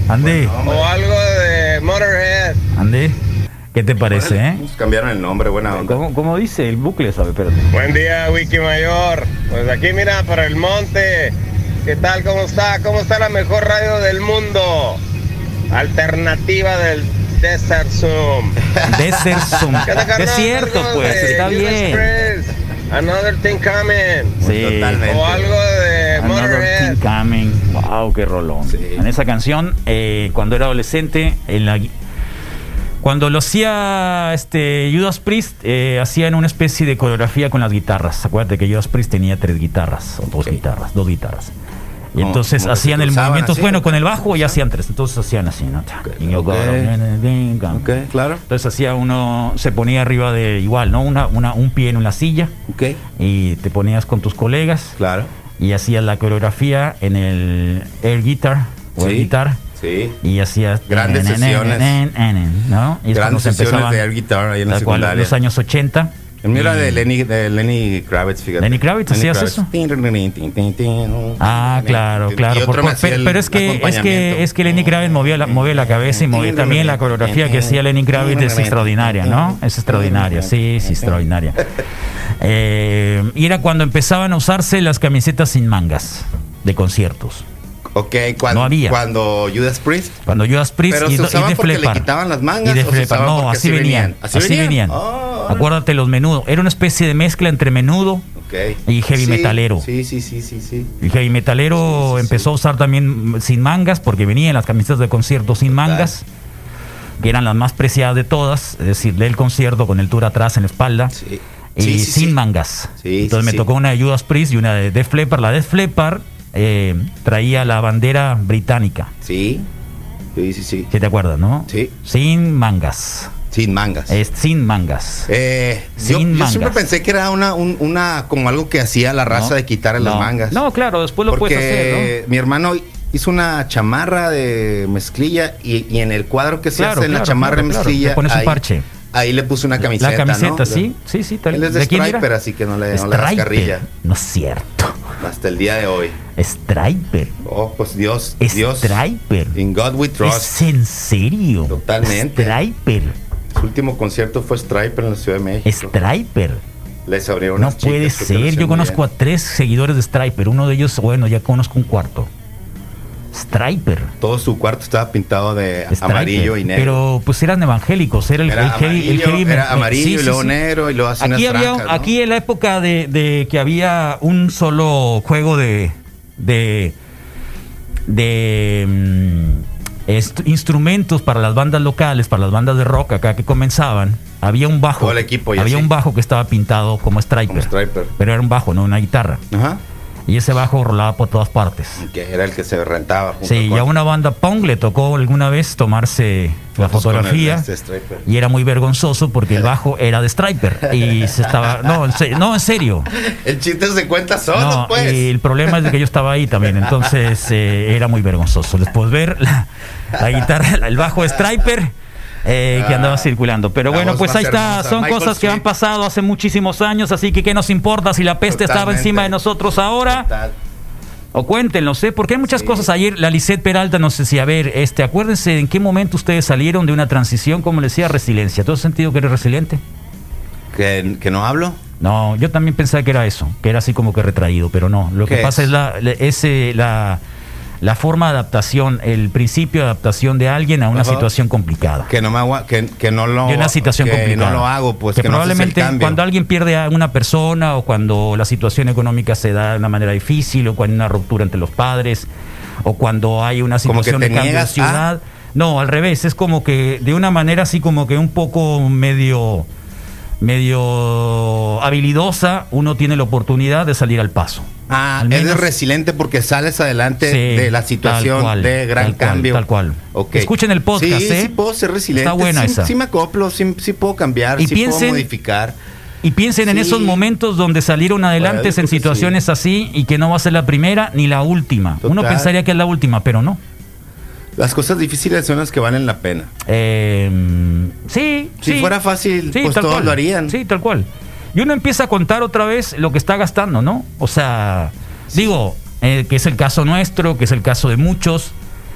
S1: Ande.
S8: O algo de de Motorhead.
S1: Andy, ¿qué te parece, eh?
S7: Nos cambiaron el nombre, buena onda.
S1: ¿Cómo, cómo dice el bucle, sabe? Espérate.
S8: Buen día, Wiki Mayor. Pues aquí mira, para el monte. ¿Qué tal? ¿Cómo está? ¿Cómo está la mejor radio del mundo? Alternativa del Desert Zoom.
S1: De ser zum-
S8: ¿Qué onda, carnal?
S1: Ah, Es cierto,
S8: Algo
S1: pues,
S8: de
S1: está
S8: US
S1: bien.
S8: Press, Another thing coming.
S1: Sí.
S7: Totalmente.
S8: O algo de
S1: Another
S8: Motorhead.
S1: King Coming. Wow, qué rolón.
S7: Sí.
S1: En esa canción, eh, cuando era adolescente, en la gui- cuando lo hacía este, Judas Priest, eh, hacían una especie de coreografía con las guitarras. Acuérdate que Judas Priest tenía tres guitarras, o dos
S7: Ok.
S1: guitarras, dos guitarras. Y
S7: Como-
S1: entonces
S7: como que
S1: hacían
S7: se
S1: el
S7: cruzaban
S1: movimiento,
S7: así,
S1: bueno,
S7: ¿no?
S1: con el bajo y hacían tres. Entonces hacían así, ¿no? Y yo-
S7: ok. Ok, claro.
S1: Entonces hacía uno, se ponía arriba de igual, ¿no? Una, una, un pie en una silla
S7: Ok,
S1: y te ponías con tus colegas
S7: claro.
S1: y hacías la coreografía en el air guitar o el
S7: Sí,
S1: guitar
S7: Sí.
S1: y hacías
S7: Grandes sesiones.
S1: ¿no? Y es cuando
S7: Grandes
S1: se
S7: sesiones
S1: empezaban,
S7: de air guitar ahí en la
S1: tal cual,
S7: secundaria.
S1: los años 80
S7: El mío era de Lenny, de Lenny Kravitz, fíjate.
S1: Mm. ¿Lenny Kravitz hacías eso?
S7: Tin, tin, tin, tin, tin, tin.
S1: Ah, claro,
S7: Y
S1: claro.
S7: otro
S1: por-
S7: me
S1: por-
S7: hacía
S1: pero,
S7: el
S1: es que es que
S7: acompañamiento. Mm.
S1: es que Lenny Kravitz movía la, movía la cabeza y movía también la coreografía que hacía Lenny Kravitz es extraordinaria, ¿no? Es extraordinaria, sí, sí, extraordinaria. [LAUGHS] Eh, y era cuando empezaban a usarse las camisetas sin mangas de conciertos.
S7: [LAUGHS] Ok, cuando,
S1: No había.
S7: cuando Judas Priest.
S1: Cuando Judas Priest
S7: Pero
S1: y,
S7: se
S1: Do- y
S7: usaban
S1: Def
S7: porque le
S1: Leppard.
S7: quitaban las mangas
S1: Y Def
S7: o se
S1: Leppard.
S7: usaban
S1: no,
S7: porque
S1: así
S7: así
S1: venían,
S7: venían.
S1: así
S7: Así
S1: venían.
S7: venían. Ah, órale.
S1: Acuérdate los menudo, era una especie de mezcla entre menudo
S7: Ok.
S1: y heavy
S7: Sí,
S1: metalero.
S7: Sí, sí, sí, sí, sí.
S1: El heavy metalero
S7: Sí, sí, sí.
S1: empezó a usar también mm, sin mangas, porque venían las camisetas de concierto sin mangas, que eran las más preciadas de todas, es decir, del concierto con el tour atrás en la espalda.
S7: Sí.
S1: Y
S7: Sí, sí,
S1: sin
S7: sí.
S1: mangas.
S7: Sí,
S1: Entonces
S7: sí,
S1: me
S7: sí.
S1: tocó una de Judas Priest y una de Def Leppard. La Def Leppard eh, traía la bandera británica,
S7: Sí. Sí, sí, sí.
S1: si te acuerdas, ¿no?
S7: Sí.
S1: Sin mangas.
S7: Sin mangas.
S1: Es sin mangas.
S7: Eh, yo,
S1: Sin
S7: yo siempre
S1: mangas.
S7: pensé que era una, un- una como algo que hacía la raza
S1: ¿No?
S7: de quitarle las
S1: No.
S7: mangas.
S1: No, claro, después Pues lo
S7: Porque
S1: puedes hacer, ¿no?
S7: mi hermano hizo una chamarra de mezclilla y, y en el cuadro que se
S1: Claro,
S7: hace en la
S1: claro,
S7: chamarra
S1: claro,
S7: de
S1: claro.
S7: mezclilla.
S1: Le pones un
S7: ahí,
S1: parche.
S7: Ahí le puse una camiseta.
S1: la camiseta,
S7: ¿no?
S1: sí, sí, sí, tal
S7: Él es de
S1: quién era?
S7: Striper, así que no le, no le das
S1: Striper.
S7: carrilla
S1: No es cierto.
S7: hasta el día de hoy.
S1: Striper.
S7: Oh, pues Dios, Dios.
S1: Striper.
S7: In God we trust.
S1: Es en serio.
S7: Totalmente.
S1: Striper.
S7: Su último concierto fue Striper en la Ciudad de México.
S1: Striper.
S7: Les abrieron
S1: No
S7: unas chicas
S1: puede
S7: que se lo
S1: ser.
S7: hacían
S1: Yo
S7: muy
S1: conozco a
S7: bien.
S1: tres seguidores de Striper. Uno de ellos, bueno, ya conozco un cuarto. Striper.
S7: Todo su cuarto estaba pintado de
S1: Striper.
S7: amarillo y negro.
S1: Pero pues eran evangélicos. Era el,
S7: Era
S1: el heavy, el
S7: amarillo,
S1: heavy
S7: era
S1: metal.
S7: amarillo
S1: Sí,
S7: y
S1: sí,
S7: luego
S1: sí.
S7: negro y luego así
S1: Aquí, había,
S7: unas franjas, ¿no?
S1: aquí en la época de, de que había un solo juego de de, de, mm, est- instrumentos para las bandas locales, para las bandas de rock acá que comenzaban, había un bajo.
S7: Todo el equipo y
S1: había
S7: así.
S1: un bajo que estaba pintado como striper,
S7: Como striper.
S1: Pero era un bajo, no una guitarra.
S7: Ajá.
S1: Y ese bajo rolaba por todas partes.
S7: Que era el que se rentaba. junto
S1: Sí,
S7: con-
S1: y a una banda punk le tocó alguna vez tomarse la
S7: Fotos con
S1: fotografía
S7: el de este Striper.
S1: y era muy vergonzoso porque el bajo era de Striper y se estaba no, en se- no en serio.
S7: El chiste se cuenta solo,
S1: No,
S7: pues.
S1: y el problema es de que yo estaba ahí también, entonces eh, era muy vergonzoso. Después ver la, la guitarra, la- el bajo de Striper eh, que andaba circulando. Pero
S7: La
S1: bueno,
S7: voz
S1: pues
S7: más
S1: ahí está,
S7: hermosa,
S1: son
S7: Michael
S1: cosas que han
S7: Sweet.
S1: pasado hace muchísimos años, así que qué nos importa si la peste estaba
S7: Totalmente.
S1: encima de nosotros ahora.
S7: Total.
S1: O cuéntenlo, sé, porque hay muchas
S7: Sí.
S1: cosas. Ayer la Lisette Peralta nos decía, a ver, este, acuérdense en qué momento ustedes salieron de una transición, como le decía, resiliencia. ¿Tú has sentido que eres resiliente?
S7: ¿Que, que no hablo?
S1: No, yo también pensaba que era eso, que era así como que retraído, pero no. Lo que
S7: ¿Qué
S1: pasa es,
S7: es?
S1: la, la- es, eh, la, la forma de adaptación, el principio de adaptación de alguien a una
S7: Ajá.
S1: situación complicada.
S7: Que no me agua, que, que no lo
S1: de una situación
S7: que
S1: complicada.
S7: no lo hago, pues que, no haces el
S1: probablemente
S7: cambio.
S1: cuando alguien pierde a una persona o cuando la situación económica se da de una manera difícil o cuando hay una ruptura entre los padres o cuando hay una
S7: Como que
S1: situación
S7: te
S1: de cambio de
S7: niegas a-
S1: ciudad. No, al revés, es como que de una manera así como que un poco medio medio habilidosa, uno tiene la oportunidad de salir al paso.
S7: Ah,
S1: Al
S7: eres
S1: menos-
S7: resiliente porque sales adelante
S1: Sí,
S7: de la situación
S1: tal cual,
S7: de gran
S1: tal cual,
S7: cambio.
S1: tal cual.
S7: Ok.
S1: Escuchen el podcast,
S7: Sí,
S1: ¿eh?
S7: sí puedo ser resiliente.
S1: Está buena
S7: sí,
S1: esa.
S7: sí me acoplo, sí, sí puedo cambiar,
S1: Y
S7: sí
S1: piensen-
S7: puedo modificar.
S1: Y piensen en
S7: Sí.
S1: esos momentos donde salieron adelante
S7: Bueno, yo
S1: en
S7: creo que
S1: situaciones
S7: sí.
S1: así y que no va a ser la primera ni la última. Uno
S7: Total.
S1: pensaría que es la última, pero no.
S7: Las cosas difíciles son las que valen la pena.
S1: Eh, sí,
S7: Si
S1: sí.
S7: fuera fácil,
S1: Sí,
S7: pues
S1: tal
S7: todos
S1: cual.
S7: lo harían.
S1: Sí, tal cual. Y uno empieza a contar otra vez lo que está gastando, ¿no? O sea, digo, eh, que es el caso nuestro, que es el caso de muchos.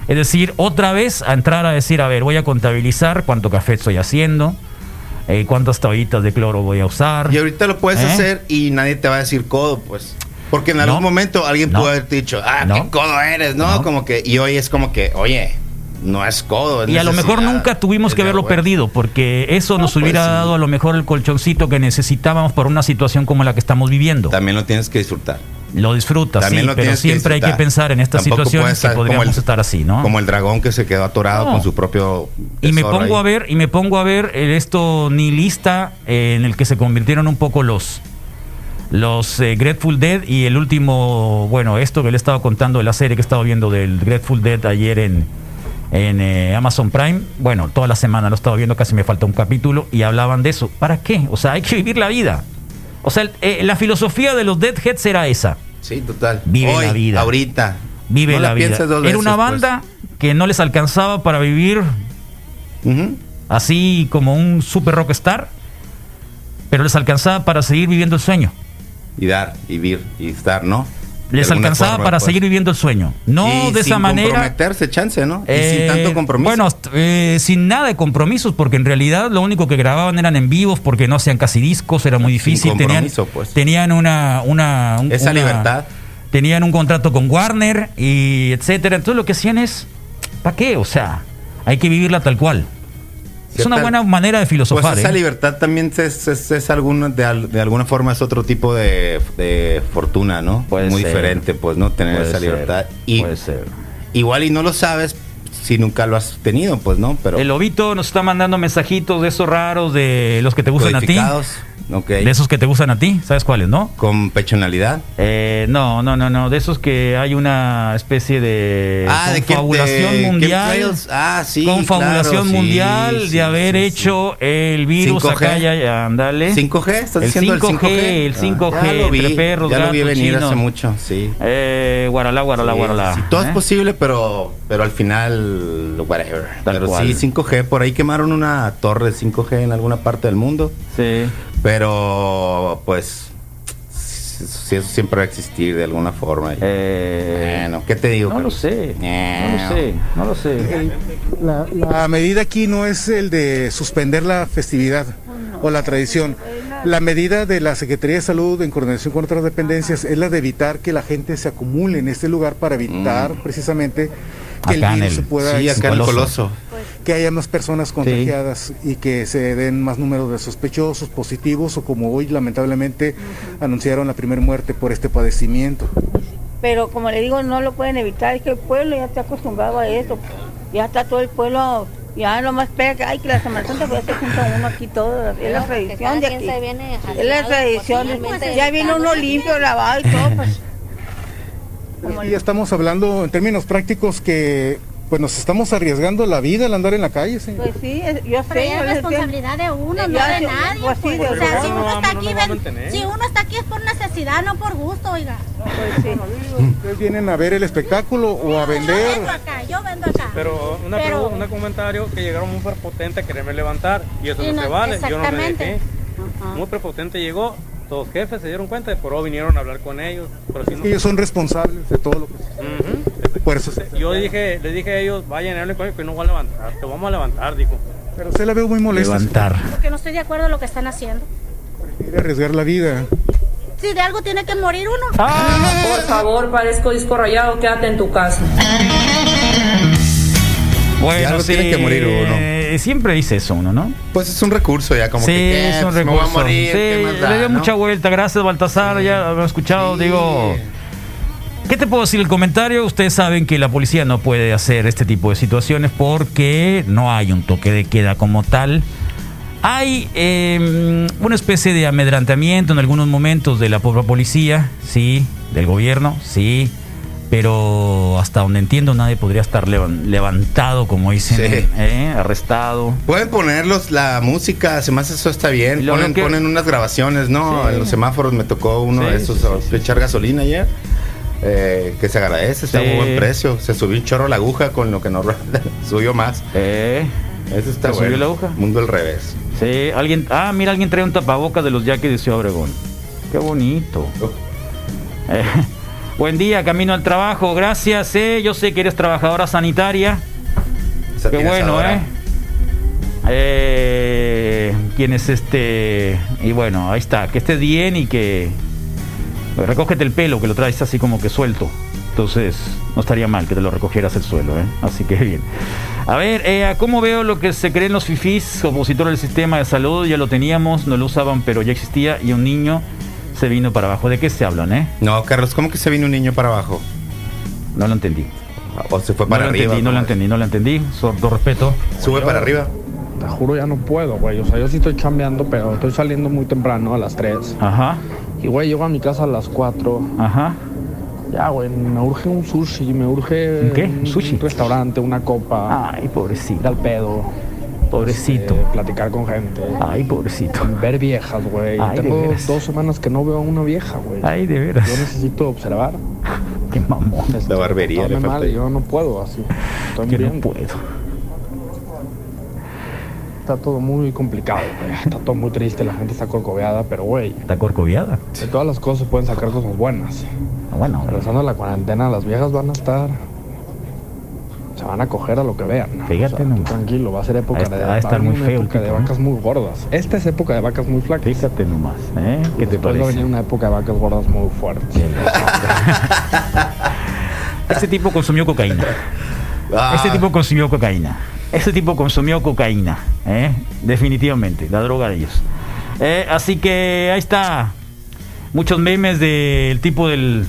S1: Es decir, otra vez a entrar a decir, a ver, voy a contabilizar cuánto café estoy haciendo, eh, cuántas toallitas de cloro voy a usar.
S7: Y ahorita lo puedes
S1: ¿Eh?
S7: hacer y nadie te va a decir codo, pues. Porque en
S1: No.
S7: algún momento alguien
S1: No.
S7: puede haber dicho, ah,
S1: No.
S7: qué codo eres, ¿no?
S1: No.
S7: Como que, y hoy es como que, oye, no es codo. es
S1: Y a lo mejor
S7: Pues necesidad,
S1: nunca tuvimos
S7: es
S1: que
S7: de
S1: haberlo
S7: huevo.
S1: perdido, porque eso
S7: No,
S1: nos
S7: pues,
S1: hubiera
S7: sí.
S1: dado a lo mejor el colchoncito que necesitábamos por una situación como la que estamos viviendo.
S7: También lo tienes que disfrutar.
S1: lo disfrutas,
S7: También
S1: sí,
S7: lo
S1: pero
S7: tienes
S1: siempre hay que
S7: disfrutar.
S1: pensar en estas
S7: Tampoco puedes
S1: situaciones que
S7: estar como
S1: podríamos
S7: el-
S1: estar así, ¿no?
S7: Como el dragón que se quedó atorado
S1: No.
S7: con su propio.
S1: y me
S7: tesoro
S1: pongo
S7: ahí.
S1: a ver y me pongo a ver eh, esto nihilista eh, en el que se convirtieron un poco los los eh, Grateful Dead y el último bueno esto que le estaba contando de la serie que estaba viendo del Grateful Dead ayer en en eh, Amazon Prime bueno toda la semana lo estaba viendo casi me falta un capítulo y hablaban de eso para qué o sea hay que vivir la vida o sea el- eh, la filosofía de los Deadheads era esa
S7: Sí, total.
S1: Vive
S7: Hoy,
S1: la vida.
S7: Ahorita.
S1: vive
S7: No
S1: la, vida
S7: pienses dos
S1: era una
S7: veces,
S1: banda que no les alcanzaba para vivir
S7: pues. Ujú.
S1: así como un super rockstar, pero les alcanzaba para seguir viviendo el sueño.
S7: Y dar, y vivir, y estar, ¿no? De
S1: Les
S7: alguna
S1: alcanzaba
S7: forma,
S1: para
S7: pues.
S1: seguir viviendo el sueño. No
S7: Y
S1: de esa
S7: sin
S1: manera.
S7: comprometerse, chance, ¿no? y
S1: eh,
S7: sin tanto compromiso.
S1: Bueno, hasta- eh, sin nada de compromisos, porque en realidad lo único que grababan eran en vivos, porque no hacían casi discos, era muy
S7: Sin
S1: difícil. Tenían,
S7: compromiso, pues.
S1: tenían una, una un-
S7: Esa
S1: una-
S7: libertad.
S1: Tenían un contrato con Warner y etcétera. Entonces lo que hacían es, ¿para qué? O sea, hay que vivirla tal cual. es una
S7: Cierta-
S1: buena manera de filosofar.
S7: Pues esa
S1: ¿eh?
S7: libertad también es, es, es alguna- de, al- de alguna forma es otro tipo de, de fortuna, ¿no?
S1: Puede
S7: Muy
S1: ser.
S7: diferente, pues, ¿no? Tener
S1: Puede
S7: esa
S1: ser,
S7: libertad. Y
S1: puede ser.
S7: igual y no lo sabes si nunca lo has tenido, pues, ¿no? Pero
S1: El lobito nos está mandando mensajitos de esos raros de los que te gustan a ti.
S7: codificados, ok.
S1: De esos que te gustan a ti, ¿sabes cuáles, no?
S7: Con pechonalidad.
S1: Eh, no, no, no, no. De esos que hay una especie de
S7: que-
S1: confabulación
S7: Ah, de
S1: mundial.
S7: chemtrails. Ah, sí.
S1: confabulación
S7: claro, sí,
S1: mundial
S7: sí,
S1: de haber
S7: sí, sí.
S1: hecho el virus
S7: 5G.
S1: acá ya, ya, ándale.
S7: 5G, estás
S1: El
S7: diciendo
S1: 5G, el
S7: el 5G.
S1: 5G,
S7: Ah, ya lo vi,
S1: entre perros,
S7: ya lo vi
S1: gatos,
S7: venir hace
S1: chinos.
S7: mucho, sí.
S1: Eh, guaralá, guaralá,
S7: Sí,
S1: guaralá.
S7: sí, todo
S1: ¿eh?
S7: es posible, pero, pero al final, whatever.
S1: Tal
S7: pero
S1: cual.
S7: sí, 5G. Por ahí quemaron una torre de 5G en alguna parte del mundo.
S1: Sí.
S7: Pero, pues, sí, sí, eso siempre va a existir de alguna forma. Y-
S1: Eh,
S7: bueno, ¿qué te digo?
S1: no lo
S7: Carlos?
S1: sé. No
S7: Eh,
S1: lo sé. No lo sé.
S9: La, la medida aquí no es el de suspender la festividad o la tradición. La medida de la Secretaría de Salud en coordinación con otras dependencias es la de evitar que la gente se acumule en este lugar para evitar precisamente que
S1: Acá en
S9: el virus se
S1: el-
S9: pueda
S7: Sí, acá en Mm. el Coloso.
S9: que haya más personas contagiadas y que se den más números de sospechosos, positivos o como hoy lamentablemente anunciaron la primera muerte por este padecimiento.
S10: Pero como le digo, no lo pueden evitar, es que el pueblo ya está acostumbrado a eso. Ya está todo el pueblo, ya nomás pega que, ay, que la Semana Santa pues ya se junta uno aquí todo, es la tradición de aquí. Es la tradición, ya viene uno limpio, lavado y todo, pues.
S9: Y ya estamos hablando en términos prácticos que pues nos estamos arriesgando la vida al andar en la calle, señor.
S10: Pues sí, es- yo
S6: Pero ya
S10: sé. yo
S6: es
S10: les entiendo.
S6: responsabilidad de uno, no
S10: Ya,
S6: de
S10: sí,
S6: nadie.
S10: pues sí,
S6: pues.
S10: de
S6: o sea,
S10: verdad,
S6: si
S10: no
S6: uno
S10: vamos,
S6: está aquí, ven- si uno está aquí es por necesidad, no por gusto, oiga.
S10: Pues sí.
S9: Ustedes vienen a ver el espectáculo o a
S6: Yo
S9: vender.
S6: vendo acá, yo vendo acá.
S11: Pero una
S6: Pero-
S11: pregunta, un comentario que llegaron muy prepotente a quererme levantar y eso
S6: Y
S11: no,
S6: no-
S11: se vale. Yo no me
S6: exactamente.
S11: dejé.
S6: Ajá.
S11: Muy prepotente llegó, todos jefes se dieron cuenta, por eso vinieron a hablar con ellos. Pero si
S9: Es
S11: no-
S9: que ellos son responsables de todo lo que
S11: Ujú.
S9: por eso.
S11: Yo dije, les dije a ellos, vayan, hablen conmigo que no voy a levantar, te vamos a levantar, dijo.
S9: Pero usted la veo muy molesta.
S1: Levantar.
S6: Porque no estoy de acuerdo en lo que están haciendo.
S9: Quiere arriesgar la vida.
S6: Si de algo tiene que morir uno.
S1: Ah,
S3: Por favor, parezco disco rayado, quédate en tu casa.
S1: Bueno,
S7: algo tiene que morir uno.
S1: eh, Siempre dice eso uno, ¿no?
S7: Pues es un recurso ya, como
S1: sí,
S7: que. ¿qué?
S1: es un
S7: Pues me voy a
S1: recurso.
S7: morir,
S1: Sí,
S7: ¿qué más da,
S1: le dio
S7: no?
S1: mucha vuelta. Gracias, Baltasar. Ya lo he escuchado.
S7: Sí.
S1: Digo, ¿qué te puedo decir el comentario? Ustedes saben que la policía no puede hacer este tipo de situaciones porque no hay un toque de queda como tal. Hay eh, una especie de amedrantamiento en algunos momentos de la propia policía, sí, del gobierno, sí, pero hasta donde entiendo nadie podría estar levan- levantado, como dicen,
S7: Sí.
S1: ¿eh? arrestado.
S7: Pueden ponerlos la música, se me hace eso está bien.
S1: Lo
S7: Ponen,
S1: que-
S7: ponen unas grabaciones, ¿no?
S1: Sí.
S7: En los semáforos me tocó uno
S1: Sí,
S7: de esos
S1: sí,
S7: a- echar gasolina ayer. eh, que se agradece, está a
S1: Sí.
S7: un buen precio. Se subió un chorro la aguja con lo que nos [LAUGHS] ronda. Subió más.
S1: Eh,
S7: Eso está
S1: ¿Se
S7: bueno.
S1: subió la aguja?
S7: Mundo al revés.
S1: Sí, alguien. Ah, mira, alguien trae un tapabocas de los yaquis de Ciudad Obregón. Qué bonito. Eh, [LAUGHS] Buen día, camino al trabajo. Gracias, eh. Yo sé que eres trabajadora sanitaria. Qué bueno, eh. Eh, quién es este y bueno ahí está que estés bien y que recógete el pelo que lo traes así como que suelto entonces no estaría mal que te lo recogieras el suelo ¿eh? así que bien a ver eh, cómo veo lo que se creen los fifís opositores del sistema de salud ya lo teníamos no lo usaban pero ya existía y un niño se vino para abajo de qué se hablan eh
S7: No, Carlos, ¿cómo que se vino un niño para abajo?
S1: No lo entendí.
S7: O se fue
S1: no
S7: para
S1: lo
S7: arriba.
S1: entendí, no lo entendí no lo entendí sordo respeto
S7: Sube para arriba.
S12: Te juro, ya no puedo, güey. O sea, yo sí estoy chambeando, pero estoy saliendo muy temprano, a las 3.
S1: Ajá.
S12: Y, güey, llego a mi casa a las 4.
S1: Ajá.
S12: Ya, güey, me urge un sushi, me urge...
S1: ¿Un qué?
S12: ¿Un
S1: ¿Sushi? Ah.
S12: restaurante, una copa.
S1: Ay, pobrecito.
S12: Ir al pedo.
S1: Pobrecito.
S12: Este, platicar con gente.
S1: Ay, pobrecito.
S12: Ver viejas, güey.
S1: Ay, de
S12: Tengo
S1: veras.
S12: dos semanas que no veo a una vieja, güey.
S1: Ay, de veras.
S12: Yo necesito observar.
S1: qué mamón
S7: La barbería le
S12: Darme
S7: falta
S12: mal,
S7: ahí.
S12: yo no puedo así. Estoy
S1: que no
S12: muriendo.
S1: puedo
S12: Está todo muy complicado, güey. Está todo muy triste, la gente está corcoveada, pero, güey,
S1: está corcoviada
S12: de todas las cosas se pueden sacar cosas buenas.
S1: Ah, bueno
S12: Regresando a la cuarentena, las viejas van a estar. Se van a coger a lo que vean.
S1: Fíjate
S12: tú
S1: nomás.
S12: tranquilo, va a ser época
S1: Ha de-
S12: de.
S1: ha de estar
S12: va a venir
S1: muy
S12: una
S1: feo el
S12: época de
S1: tipo, ¿no?
S12: vacas muy gordas. Esta es época de vacas muy flacas.
S1: fíjate nomás ¿eh? qué te
S12: Después va a venir
S1: parece
S12: una época de vacas gordas muy fuerte.
S1: [LAUGHS] Ese Este tipo consumió cocaína.
S7: Ah.
S1: Ese Este tipo consumió cocaína. Ese tipo consumió cocaína. ¿eh? Definitivamente, la droga de ellos. Eh, así que ahí está. Muchos memes del tipo del.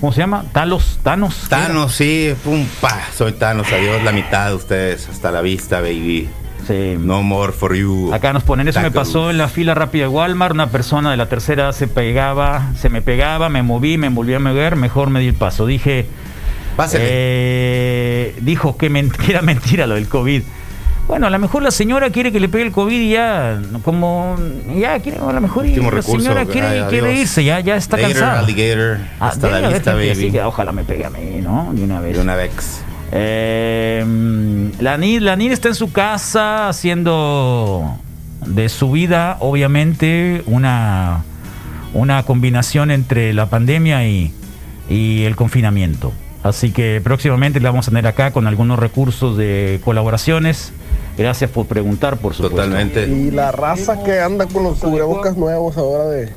S1: ¿Cómo se llama? Talos, Thanos. ¿qué era?
S7: Thanos, sí, pum, pa. Soy Thanos, adiós, la mitad de ustedes. Hasta la vista, baby.
S1: Sí.
S7: No more for you.
S1: Acá nos ponen, eso me
S7: Tacos.
S1: pasó en la fila rápida de Walmart, una persona de la tercera se pegaba, se me pegaba, me moví, me volví a mover, mejor me di el paso. Dije,
S7: Pásale.
S1: Eh, dijo que, men- que era [LAUGHS] mentira lo del COVID. Bueno, a lo mejor la señora quiere que le pegue el COVID y ya, como, ya, quiere, a lo mejor y
S7: Último
S1: la
S7: recurso,
S1: señora quiere,
S7: ay,
S1: quiere
S7: adiós.
S1: irse, ya, ya está
S7: Later,
S1: cansada.
S7: alligator.
S1: Ah,
S7: Hasta
S1: debe
S7: la
S1: haber
S7: vista,
S1: gente así
S7: baby.
S1: que, ojalá me pegue a mí, ¿no? De una vez.
S7: De una vez.
S1: Eh, mm, la, NIR, la Nid está en su casa haciendo de su vida, obviamente, una, una combinación entre la pandemia y, y el confinamiento. Así que próximamente la vamos a tener acá con algunos recursos de colaboraciones. Gracias por preguntar, por supuesto.
S7: Totalmente.
S13: Y la raza que anda con los cubrebocas nuevos ahora de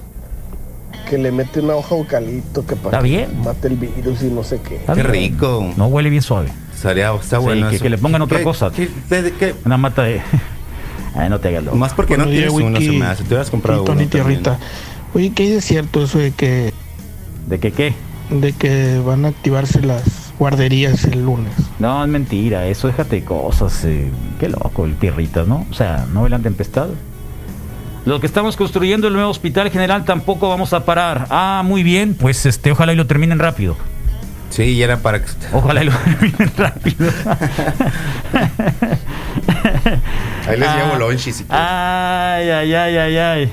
S13: que le mete una hoja eucalipto que para
S1: Está
S13: que
S1: bien.
S13: mate el virus y no sé qué.
S1: Está
S7: Qué
S1: bien.
S7: rico.
S1: No huele bien suave.
S7: Estaría- está
S1: Sí,
S7: bueno
S1: que,
S7: eso.
S1: que le pongan otra
S7: ¿Qué-
S1: cosa.
S7: qué- de- de- qué?
S1: Una mata de... [LAUGHS] Ay, no te hagas loco.
S7: Más porque no
S14: Buenos
S7: tienes
S14: días,
S7: uno, se
S14: Wiki.
S7: me hace. Te hubieras comprado
S14: Tito,
S7: uno.
S14: ni tierrita. Oye, ¿qué hay de cierto eso de que,
S1: ¿De qué qué?
S14: de que van a activarse las guarderías el lunes?
S1: No, es mentira, eso déjate de cosas. eh, Qué loco el tierrita, ¿no? O sea, no ve la tempestad. Lo que estamos construyendo el nuevo hospital general tampoco vamos a parar. Ah, muy bien, pues este, ojalá y lo terminen rápido.
S7: también. Sí, y era para que.
S1: Ojalá y lo [LAUGHS] terminen rápido.
S7: Ahí les llevo
S1: lo
S7: lonche si quieren.
S1: Ah, Ay, ay, ay, ay, ay.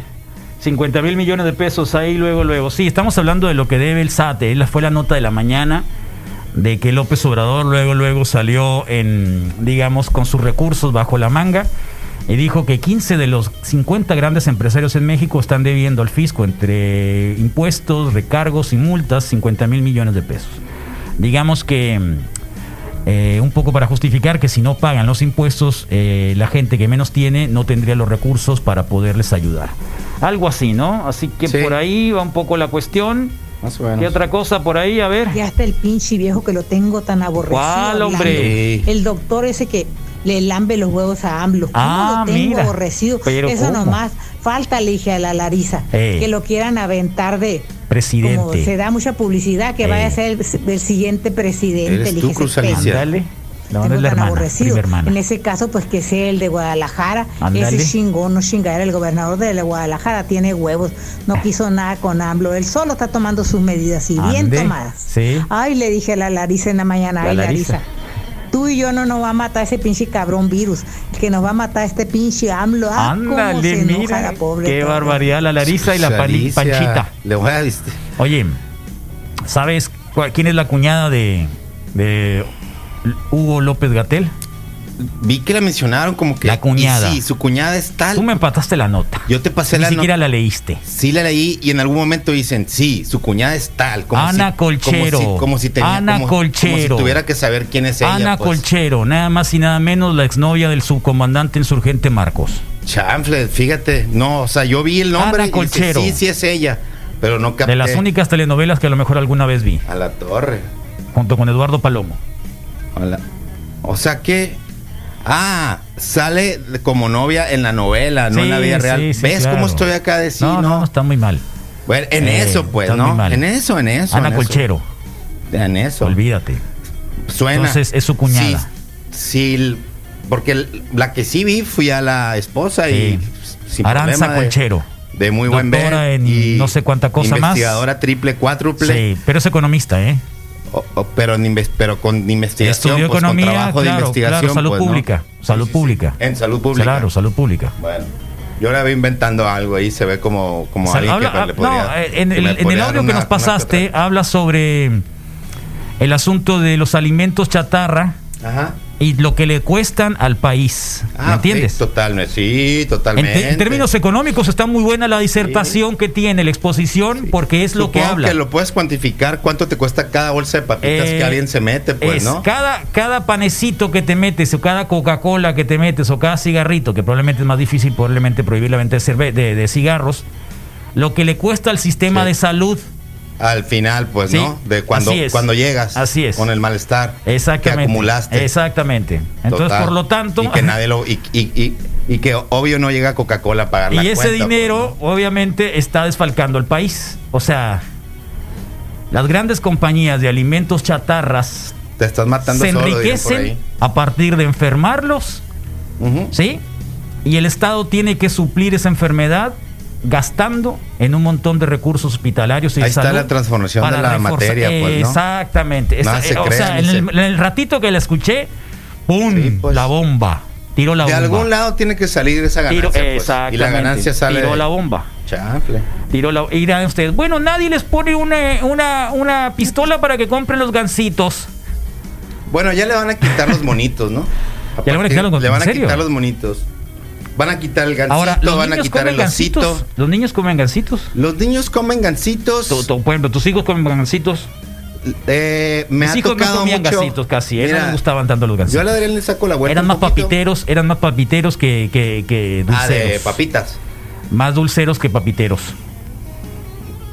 S1: 50 mil millones de pesos ahí, luego, luego. Sí, estamos hablando de lo que debe el SAT. eh, la- Fue la nota de la mañana de que López Obrador luego, luego salió en, digamos, con sus recursos bajo la manga y dijo que 15 de los 50 grandes empresarios en México están debiendo al fisco entre impuestos, recargos y multas 50 mil millones de pesos. Digamos que mm, eh, un poco para justificar que si no pagan los impuestos, eh, la gente que menos tiene no tendría los recursos para poderles ayudar. Algo así, ¿no? Así que
S7: Sí.
S1: por ahí va un poco la cuestión.
S7: Más o menos.
S1: ¿Qué otra cosa por ahí? A ver.
S15: Ya hasta el pinche viejo que lo tengo tan aborrecido.
S1: ¿Cuál,
S15: hablando.
S1: hombre?
S15: El doctor ese que le lambe los huevos a AMLO. ¿Cómo
S1: Ah,
S15: lo tengo
S1: mira.
S15: aborrecido?
S1: Pero
S15: Eso
S1: ¿cómo?
S15: nomás. Falta, le dije a la Larisa,
S1: Ey.
S15: que lo quieran aventar de... Como se
S1: Presidente.
S15: da mucha publicidad, que
S1: Ey.
S15: vaya a ser el, el siguiente presidente.
S7: Eres
S15: le dije,
S7: tú,
S15: ese
S7: Cruz
S15: pendejo.
S7: Alicia.
S1: Ándale. No, no
S15: Tengo
S1: es la
S15: tan
S1: hermana,
S15: aborrecido.
S1: prima hermana.
S15: En ese caso, pues que sea el de Guadalajara,
S1: Ándale.
S15: ese chingón, no chingadera, el gobernador de la Guadalajara tiene huevos,
S1: Ah.
S15: no quiso nada con AMLO, él solo está tomando sus medidas y bien
S1: Ande.
S15: tomadas.
S1: Sí.
S15: Ay, le dije a la Larisa en la mañana,
S1: La
S15: ay,
S1: Larisa.
S15: Larisa. Tú y yo no nos va a matar ese pinche cabrón virus, que nos va a matar este pinche AMLO. Ah, cómo
S1: Ándale,
S15: se enoja
S1: mira.
S15: la pobre
S1: Qué
S15: torre.
S1: barbaridad, la Larisa y la pali-
S7: Alicia,
S1: Panchita.
S7: Le voy a viste.
S1: Oye, ¿sabes cuál- quién es la cuñada de, de Hugo López Gatel?
S7: vi que la mencionaron como que. La
S1: cuñada.
S7: Sí, su cuñada es tal. Tú
S1: me empataste la nota.
S7: Yo te pasé
S1: Ni
S7: la nota.
S1: siquiera la leíste.
S7: Sí, la leí y en algún momento dicen, sí, su cuñada es tal.
S1: Ana Colchero.
S7: Como si, como si tenía-
S1: Ana
S7: como- Como si
S1: Colchero.
S7: tuviera que saber quién es ella.
S1: Ana
S7: pues.
S1: Colchero, nada más y nada menos la exnovia del subcomandante insurgente Marcos.
S7: Chanfle, fíjate. No, o sea, yo vi el nombre
S1: Ana
S7: y dije,
S1: Colchero.
S7: sí, sí es ella. Pero no capté.
S1: De las únicas telenovelas que a lo mejor alguna vez vi.
S7: A la torre.
S1: Junto con Eduardo Palomo.
S7: Hola. O sea que. Ah, sale como novia en la novela, Ah, no en la
S1: Sí,
S7: vida real.
S1: sí, sí,
S7: ¿Ves
S1: claro.
S7: cómo estoy acá de sí?
S1: No, no, no, está muy mal.
S7: Bueno, en
S1: Eh,
S7: eso, pues,
S1: está muy
S7: ¿no?
S1: mal.
S7: En eso, en eso.
S1: Ana
S7: en eso.
S1: Colchero.
S7: En eso.
S1: Olvídate.
S7: Suena.
S1: Entonces, es su cuñada.
S7: Sí, sí, porque el- la que sí vi fui a la esposa y. sin
S1: Aranza
S7: problema de-
S1: Colchero.
S7: De, muy buen ver.
S1: Doctora en no sé cuánta cosa más.
S7: investigadora triple, cuádruple.
S1: Sí, pero es economista, ¿eh?
S7: O- o- pero, en inves- pero con investigación.
S1: Estudió
S7: pues, con
S1: economía,
S7: trabajo de
S1: claro,
S7: investigación.
S1: claro, salud
S7: pues, ¿no?
S1: pública, salud pública.
S7: En salud pública.
S1: Claro, salud pública.
S7: Bueno, yo la veo inventando algo ahí, se ve como, como
S1: O sea,
S7: alguien
S1: habla-
S7: que pues, le
S1: ah,
S7: podría.
S1: no, eh, en
S7: que
S1: el,
S7: me
S1: en el
S7: podría dar
S1: audio que
S7: una-
S1: nos
S7: una-
S1: pasaste habla sobre el asunto de los alimentos chatarra
S7: Ajá.
S1: y lo que le cuestan al país. ¿Me
S7: Ah,
S1: entiendes?
S7: sí, totalmente, sí,
S1: En, te- en
S7: totalmente.
S1: términos económicos está muy buena la disertación que tiene, la exposición, porque es lo que
S7: Supongo
S1: habla.
S7: que lo puedes cuantificar cuánto te cuesta cada bolsa de papitas
S1: Eh,
S7: que alguien se mete, pues,
S1: es
S7: ¿no?
S1: cada, cada panecito que te metes, o cada Coca-Cola que te metes, o cada cigarrito, que probablemente es más difícil probablemente prohibir la venta de, cerve- de, de cigarros, lo que le cuesta al sistema de salud.
S7: Al final, pues,
S1: Sí,
S7: ¿no? De cuando,
S1: así es.
S7: cuando llegas.
S1: Así es.
S7: Con el malestar que
S1: Exactamente.
S7: acumulaste.
S1: Exactamente. Entonces,
S7: Total.
S1: por lo tanto. [LAUGHS]
S7: Y que nadie lo. Y, y- y- y que obvio no llega Coca-Cola a pagar
S1: y
S7: la
S1: ese
S7: cuenta, pues,
S1: dinero, obviamente, está desfalcando al país. O sea, las grandes compañías de alimentos chatarras
S7: Te estás matando
S1: se
S7: solo, dirían por
S1: enriquecen
S7: ahí.
S1: a partir de enfermarlos, ¿sí? Y el Estado tiene que suplir esa enfermedad gastando en un montón de recursos hospitalarios y de
S7: Ahí está
S1: salud
S7: la transformación de
S1: para
S7: la
S1: reforzar-
S7: materia, pues, ¿no?
S1: Exactamente.
S7: Nada
S1: Esa-
S7: se
S1: eh, o
S7: crea
S1: sea, en
S7: ni
S1: el,
S7: se- pues.
S1: en el ratito que la escuché, ¡pum! La bomba. Tiro la
S7: de
S1: bomba.
S7: algún lado tiene que salir esa ganancia.
S1: Tiro-
S7: pues, y la
S1: exactamente.
S7: ganancia sale.
S1: Tiró
S7: de-
S1: la bomba.
S7: Chanfle.
S1: Tiró la, y dirán ustedes, bueno, nadie les pone una, una, una pistola para que compren los gansitos.
S7: Bueno, ya le van a quitar los monitos, ¿no? A
S1: [LAUGHS] Ya le van a quitar los-
S7: partir- le van a
S1: ¿en serio?
S7: quitar los monitos. Van a quitar el gancito,
S1: Ahora, los
S7: van a
S1: niños
S7: quitar
S1: comen
S7: el osito.
S1: gansitos. Los niños comen gansitos.
S7: Los niños comen gansitos.
S1: por ejemplo, tus hijos comen gansitos.
S7: Eh, me
S1: Mis
S7: ha
S1: hijos no
S7: tocado
S1: comían
S7: mucho.
S1: gansitos casi, eh, no
S7: Mira,
S1: les gustaban tanto los gansitos.
S7: Yo a la Adrián le saco la vuelta.
S1: eran
S7: un
S1: más
S7: poquito.
S1: papiteros, eran más papiteros que, que, que
S7: Ah, de
S1: dulceros.
S7: papitas.
S1: más dulceros que papiteros.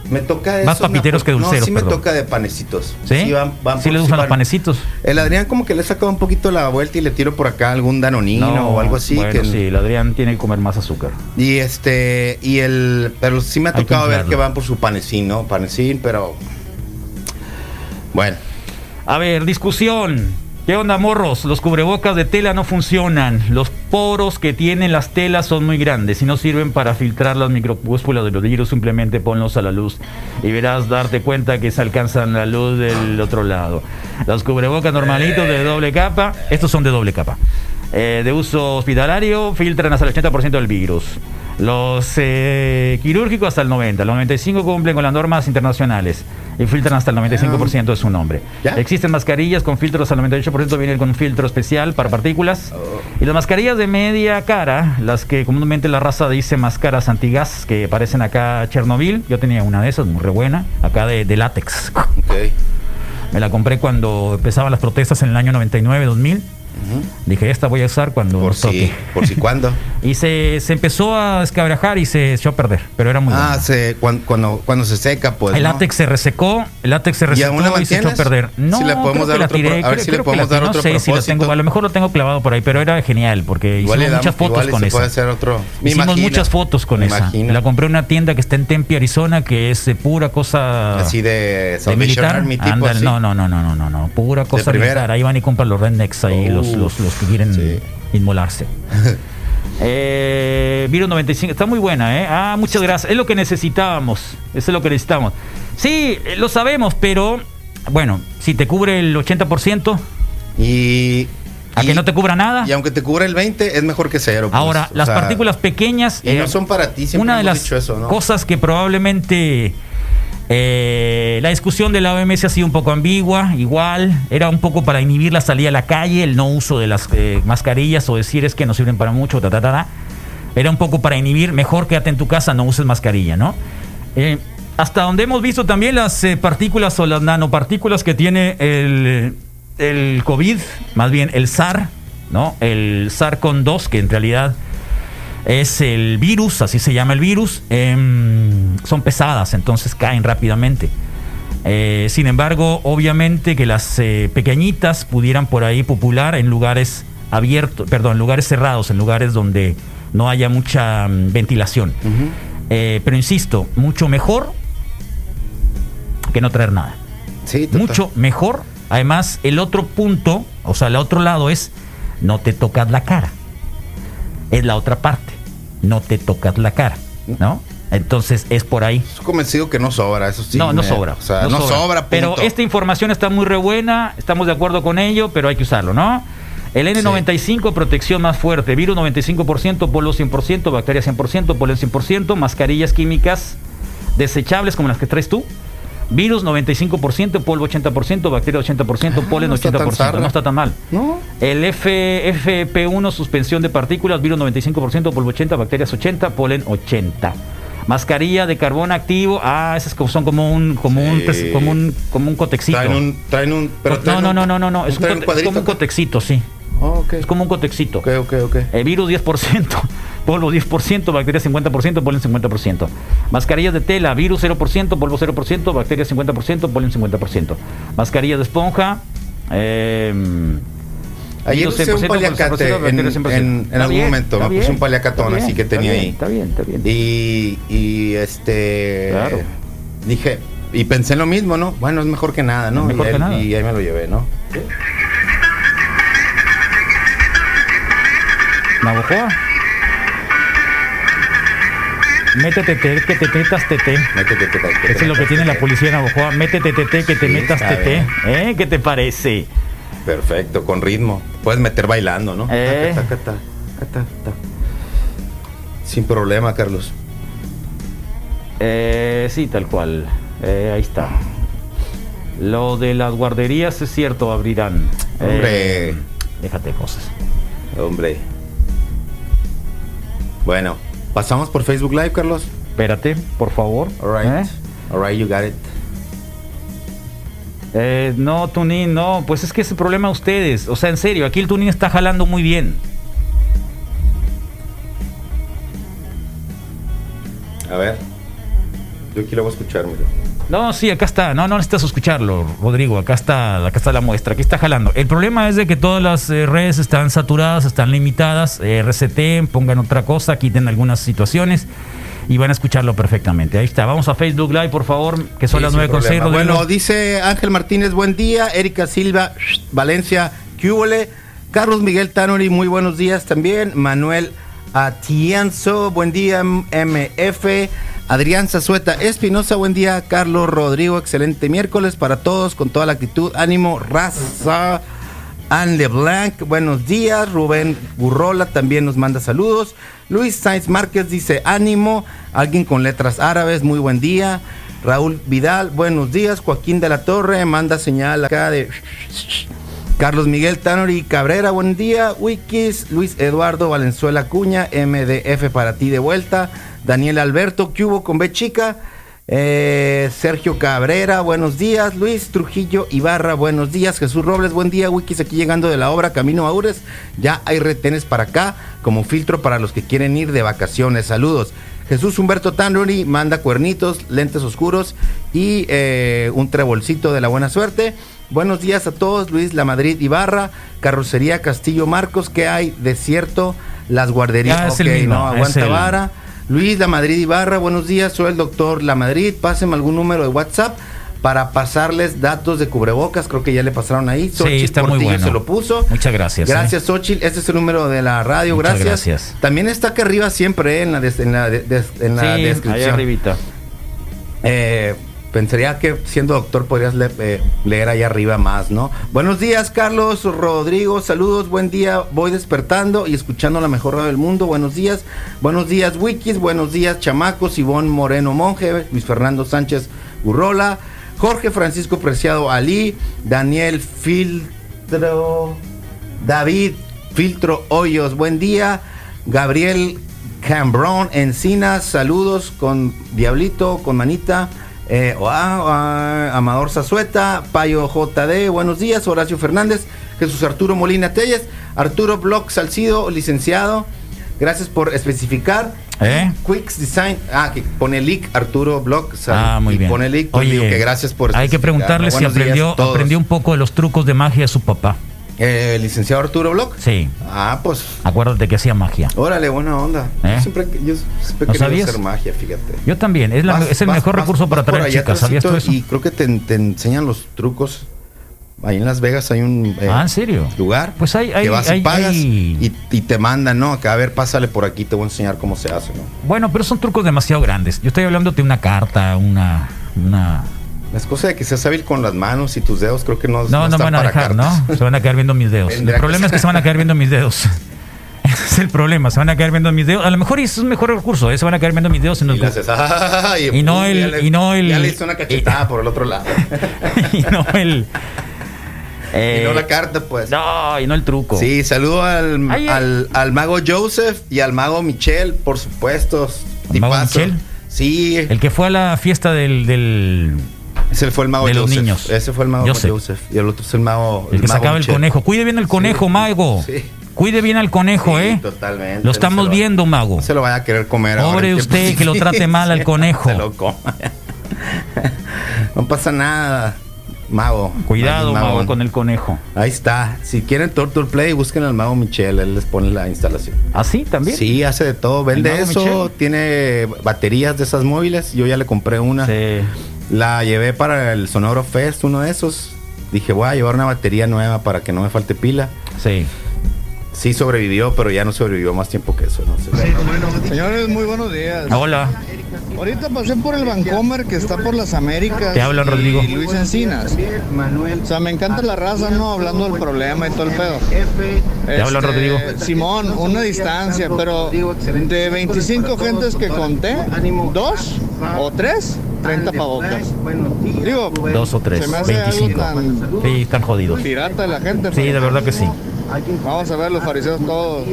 S7: Me toca
S1: Más
S7: eso, me
S1: papiteros
S7: acu-
S1: que dulceros,
S7: No, sí me
S1: perdón.
S7: toca de panecitos.
S1: ¿Sí?
S7: van, van
S1: Sí
S7: por-
S1: les gustan los
S7: van-
S1: panecitos.
S7: El Adrián como que le saca un poquito la vuelta y le tiro por acá algún danonino o algo así.
S1: Bueno,
S7: que-
S1: sí, el Adrián tiene que comer más azúcar.
S7: Y este, y el, pero sí me ha
S1: Hay que
S7: tocado ver
S1: inflarlo.
S7: que van por su panecín, ¿no? Panecín, pero bueno.
S1: A ver, discusión. ¿Qué onda, morros? Los cubrebocas de tela no funcionan. Los poros que tienen las telas son muy grandes y no sirven para filtrar las micropúspulas de los virus. Simplemente ponlos a la luz y verás darte cuenta que se alcanzan la luz del otro lado. Los cubrebocas normalitos de doble capa, estos son de doble capa. eh, de uso hospitalario, filtran hasta el 80% del virus. Los eh, quirúrgicos hasta el 90%. Los 95% cumplen con las normas internacionales y filtran hasta el 95% de su nombre. Existen mascarillas con filtros al 98%, vienen con un filtro especial para partículas.
S7: Oh.
S1: Y las mascarillas de media cara, las que comúnmente la raza dice máscaras antigas, que parecen acá Chernobyl. Yo tenía una de esas, muy re buena, acá de, de látex. [LAUGHS] Me la compré cuando empezaban las protestas en el año 99, 2000. Dije, esta voy a usar cuando
S7: Por
S1: nos
S7: si,
S1: toque.
S7: por si cuándo.
S1: [LAUGHS] Y se, se empezó a descabrajar y se echó a perder, pero era muy
S7: ah,
S1: buena.
S7: se, cuan- cuando, cuando, se seca, pues.
S1: el
S7: ¿no?
S1: látex se resecó, el látex se
S7: ¿Y
S1: resecó
S7: aún
S1: y,
S7: la
S1: se echó a
S7: mantienes?
S1: perder.
S7: Si
S1: No,
S7: le podemos
S1: creo que
S7: dar
S1: la
S7: otro
S1: tiré,
S7: pro- a ver
S1: creo-
S7: si le
S1: creo que
S7: podemos
S1: la-
S7: dar
S1: no
S7: otro
S1: sé si la tengo,
S7: propósito.
S1: a lo mejor lo tengo clavado por ahí, pero era genial porque hicimos
S7: Igual le damos-
S1: muchas fotos
S7: igual y
S1: con
S7: se
S1: esa.
S7: puede hacer otro. Me
S1: Hicimos
S7: imagino.
S1: muchas fotos con
S7: Me
S1: esa.
S7: imagino.
S1: La compré en una tienda que está en Tempe, Arizona, que es eh, pura cosa
S7: Así de
S1: de
S7: Salvation
S1: militar.
S7: Army, tipo
S1: Ándale,
S7: así.
S1: no, no, no, no, no, no, no, pura cosa
S7: primera.
S1: militar. Ahí van y compran los rednecks ahí, los,
S7: Uf,
S1: los, los que quieren
S7: [LAUGHS]
S1: inmolarse. Eh, Viro 95, está muy buena, ¿eh? Ah, muchas gracias. Es lo que necesitábamos. Eso es lo que necesitamos. Sí, eh, lo sabemos, pero bueno, si te cubre el 80%.
S7: Y.
S1: A que
S7: y-
S1: no te cubra nada.
S7: Y aunque te cubra el 20, es mejor que cero. pues,
S1: Ahora,
S7: o
S1: las
S7: sea,
S1: partículas pequeñas. eh,
S7: y no son para ti, siempre
S1: Una de
S7: hemos
S1: las
S7: dicho eso, ¿no?
S1: cosas que probablemente Eh, la discusión de la OMS ha sido un poco ambigua, igual, era un poco para inhibir la salida a la calle, el no uso de las eh, mascarillas o decir es que no sirven para mucho, ta, ta, ta, ta. Era un poco para inhibir, mejor quédate en tu casa, no uses mascarilla, ¿no? Eh, hasta donde hemos visto también las eh, partículas o las nanopartículas que tiene el, el COVID, más bien el SAR, ¿no? El SARS-CoV-2, que en realidad es el virus, así se llama el virus, em, son pesadas, entonces caen rápidamente. Eh, sin embargo, obviamente que las eh, pequeñitas pudieran por ahí popular en lugares abiertos, perdón, en lugares cerrados, en lugares donde no haya mucha mm, ventilación. Eh, pero insisto, mucho mejor que no traer nada. Mucho mejor. Además, el otro punto, o sea, el otro lado es no te tocas la cara. Es la otra parte. No te tocas la cara, ¿no? Entonces es por ahí.
S7: Estoy convencido que no sobra, eso sí.
S1: no, no
S7: me-
S1: sobra.
S7: O sea, no, sobra,
S1: Pero este
S7: punto.
S1: esta información está muy re buena, estamos de acuerdo con ello, pero hay que usarlo, ¿no? El N95, protección más fuerte. Virus 95%, polvo 100%, bacteria 100%, polen 100%, mascarillas químicas desechables como las que traes tú. Virus 95%, polvo 80%, bacteria 80%, polen
S7: Ah, no está tan
S1: 80%.
S7: zarra.
S1: no está tan mal. El F, FP1, suspensión de partículas, virus 95%, polvo 80%, bacterias 80%, polen 80%. Mascarilla de carbón activo, ah, esas co- son como un, como un, pres- como un, como un cotexito.
S7: Traen un, traen un, pero
S1: no,
S7: traen
S1: no,
S7: un-
S1: no, no, no, no, es, un
S7: traen
S1: cote- es como un cotexito, sí. Es como Eh, un cotexito. Ok,
S7: ok, ok.
S1: virus 10%, [LAUGHS] polvo 10%, bacterias 50%, polen 50%. Mascarillas de tela, virus 0%, polvo 0%, bacterias 50%, polen 50%. Mascarillas de esponja, eh,
S7: Ayer
S1: virus
S7: usé un
S1: 100%, polen 100%,
S7: paliacate en,
S1: bacterias 100%.
S7: en- en
S1: Está
S7: algún
S1: bien,
S7: momento.
S1: está
S7: Me puse
S1: bien,
S7: un paliacatón
S1: está
S7: así que
S1: bien,
S7: tenía
S1: está bien,
S7: ahí.
S1: Está bien, está bien.
S7: Y, y, este.
S1: Claro.
S7: Dije, y pensé en lo mismo, ¿no? Bueno, es mejor que nada, ¿no?
S1: Es mejor
S7: y,
S1: que
S7: ahí-
S1: nada.
S7: y ahí me lo llevé, ¿no?
S1: Navajoa. Métete te, que te metas tete.
S7: Métete tete.
S1: Eso es lo que tiene la policía de Navajoa. Métete tete, que te
S7: Sí,
S1: metas
S7: está
S1: tete.
S7: bien.
S1: ¿Eh? ¿Qué te parece?
S7: Perfecto, con ritmo. Puedes meter bailando, ¿no?
S1: Eh.
S7: Taca, taca, taca, taca, taca. Sin problema, Carlos.
S1: Eh, sí, tal cual. Eh, ahí está. Lo de las guarderías es cierto, abrirán.
S7: Hombre.
S1: Eh, déjate cosas.
S7: Hombre. Bueno, pasamos por Facebook Live, Carlos.
S1: Espérate, por favor.
S7: Alright.
S1: ¿Eh?
S7: Alright, you got it.
S1: Eh, no, Tunín, no. Pues es que es el problema de ustedes. O sea, en serio, aquí el Tunín está jalando muy bien.
S7: A ver. Yo aquí lo voy a escuchar, mira.
S1: No, sí, acá está. No, no necesitas escucharlo, Rodrigo. Acá está, acá está la muestra. Aquí está jalando. El problema es de que todas las eh, redes están saturadas, están limitadas. Eh, reseten, pongan otra cosa, quiten algunas situaciones y van a escucharlo perfectamente. Ahí está. Vamos a Facebook Live, por favor, que son
S7: Sí,
S1: las
S7: sin
S1: 9 con seis,
S7: problema.
S1: Rodrigo.
S7: Bueno, dice Ángel Martínez, buen día. Erika Silva, Valencia, Cúbole. Carlos Miguel Tanuri, muy buenos días también. Manuel Atienzo, buen día, MF. Adrián Zazueta Espinosa, buen día. Carlos Rodrigo, excelente miércoles para todos, con toda la actitud, ánimo, raza. Anne LeBlanc, buenos días. Rubén Burrola también nos manda saludos. Luis Sainz Márquez dice ánimo. Alguien con letras árabes, muy buen día. Raúl Vidal, buenos días. Joaquín de la Torre manda señal acá de Carlos Miguel Tanori Cabrera, buen día. Wikis, Luis Eduardo Valenzuela Cuña, MDF para ti de vuelta. Daniel Alberto, Cubo con B chica. Eh, Sergio Cabrera, buenos días. Luis Trujillo Ibarra, buenos días. Jesús Robles, buen día. Wikis aquí llegando de la obra Camino a Ures. Ya hay retenes para acá como filtro para los que quieren ir de vacaciones. Saludos. Jesús Humberto Tanuri manda cuernitos, lentes oscuros y eh, un trebolcito de la buena suerte. Buenos días a todos, Luis La Madrid Ibarra, Carrocería Castillo Marcos, ¿qué hay? Desierto, las guarderías,
S1: Ya es el
S7: ok,
S1: mismo,
S7: no,
S1: es
S7: aguanta
S1: el-
S7: vara. Luis La Madrid Ibarra, buenos días, soy el doctor La Madrid, pásenme algún número de WhatsApp para pasarles datos de cubrebocas, creo que ya le pasaron ahí.
S1: Sí,
S7: Xochitl
S1: está muy
S7: Portillo
S1: bueno.
S7: se lo puso.
S1: Muchas gracias. ¿eh?
S7: Gracias, Xochitl. Este es el número de la radio.
S1: Muchas
S7: Gracias.
S1: gracias.
S7: También está acá arriba siempre, eh, en la, des- en la de- des- en la
S1: Sí,
S7: descripción.
S1: ahí arribita.
S7: Eh, pensaría que siendo doctor podrías le- eh, leer ahí arriba más, ¿no? Buenos días, Carlos, Rodrigo, saludos, buen día. Voy despertando y escuchando la mejor radio del mundo. Buenos días, buenos días, Wikis, buenos días, chamacos, Ivonne Moreno Monje, Luis Fernando Sánchez Urrola, Jorge Francisco Preciado Ali, Daniel Filtro, David Filtro Hoyos, buen día, Gabriel Cambrón Encinas, saludos con Diablito, con Manita. Eh, ah, ah, Amador Zazueta, Payo JD, buenos días, Horacio Fernández, Jesús Arturo Molina Telles, Arturo Block Salcido, licenciado, gracias por especificar.
S1: ¿Eh?
S7: Quicks Design, ah, que pone leak Arturo Block, sal-
S1: Ah, muy
S7: y
S1: bien.
S7: pone leak, pues
S1: Oye,
S7: digo que gracias por
S1: Hay que
S7: especificar,
S1: preguntarle
S7: ¿no?
S1: si
S7: Buenos días
S1: aprendió,
S7: a todos.
S1: aprendió un poco de los trucos de magia de su papá.
S7: Eh, licenciado Arturo Block.
S1: Sí.
S7: Ah, pues.
S1: Acuérdate que hacía magia.
S7: Órale, buena onda.
S1: ¿Eh?
S7: Yo siempre, yo siempre
S1: ¿No
S7: quería
S1: sabías?
S7: hacer magia, fíjate.
S1: Yo también, es, la-
S7: Vas-
S1: es el
S7: vas-
S1: mejor
S7: vas-
S1: recurso para
S7: vas por
S1: atraer
S7: allá
S1: chicas, ¿sabías tú
S7: atrásito
S1: eso?
S7: Y creo que te, te enseñan los trucos. Ahí en Las Vegas hay un eh,
S1: Ah, ¿en serio?
S7: lugar
S1: Pues hay- hay-
S7: que vas
S1: hay-
S7: y pagas
S1: hay-
S7: y, y te mandan, ¿no? Que a ver, pásale por aquí, te voy a enseñar cómo se hace, ¿no?
S1: Bueno, pero son trucos demasiado grandes. Yo estoy hablando de una carta, una... una...
S7: Las cosas de que seas hábil con las manos y tus dedos, creo que Pues no,
S1: No, no,
S7: están
S1: me van a
S7: para
S1: dejar,
S7: cartas.
S1: ¿no? Se van a quedar viendo mis dedos. El
S7: Tendrá que
S1: problema es que
S7: ser.
S1: se van a quedar viendo mis dedos. [LAUGHS] Es el problema, se van a quedar viendo mis dedos. A lo mejor es un mejor recurso, ¿eh? se van a quedar viendo mis dedos en el
S7: [LAUGHS] Y, le haces, "Ah",
S1: Y no
S7: pum, ya
S1: el- y no el-
S7: Ya le hice una cachetada por el otro lado.
S1: [LAUGHS] y no el.
S7: [LAUGHS]
S1: eh,
S7: y no la carta, pues.
S1: No, y no el truco.
S7: Sí, saludo al,
S1: Ay, ay.
S7: al, al mago Joseph y al mago Michel, por supuesto.
S1: ¿El mago
S7: Tipazo.
S1: Michel?
S7: Sí.
S1: El que fue a la fiesta del. del
S7: Ese fue el mago
S1: de los
S7: Joseph.
S1: niños.
S7: Ese fue el mago
S1: Joseph.
S7: Joseph. Y el otro es el mago.
S1: El que
S7: mago
S1: sacaba el
S7: Michel.
S1: conejo. Cuide bien el conejo, mago. Cuide bien al conejo,
S7: Sí,
S1: ¿eh?
S7: Totalmente.
S1: Lo estamos
S7: se
S1: viendo, mago.
S7: No se lo vaya a querer comer. ahora
S1: Pobre
S7: en tiempos
S1: usted que
S7: [LAUGHS]
S1: lo trate mal al
S7: difíciles.
S1: conejo.
S7: Se lo coma. [LAUGHS] no pasa nada, mago.
S1: Cuidado,
S7: Ay,
S1: mago, con el conejo.
S7: Ahí está. Si quieren Torture Play, busquen al mago Michel. Él les pone la instalación.
S1: ¿Ah, sí? ¿También?
S7: Sí, hace de todo. Vende
S1: ¿El mago
S7: eso.
S1: Michel?
S7: Tiene baterías de esas móviles. Yo ya le compré una. La llevé para el Sonoro Fest, uno de esos. Dije, voy a llevar una batería nueva para que no me falte pila.
S1: Sí.
S7: Sí sobrevivió, pero ya no sobrevivió más tiempo que eso. No sé.
S16: Señores, muy buenos días.
S7: Ah.
S1: Hola.
S16: Ahorita pasé por el Vancomer que está por las Américas.
S1: Te hablan,
S16: y
S1: Rodrigo.
S16: Luis Encinas. Manuel. O sea, me encanta la raza, ¿no? Hablando del problema y todo el pedo. Te
S1: hablan, Rodrigo.
S16: Este, Simón, una distancia, pero de 25 gentes que conté, dos o tres, 30 pavocas. Digo,
S1: Dos o tres.
S16: se me hace algo
S1: 25.
S16: tan
S1: Sí, están jodidos.
S16: pirata de la gente.
S1: Sí, de verdad que sí.
S16: Vamos a ver los fariseos todos.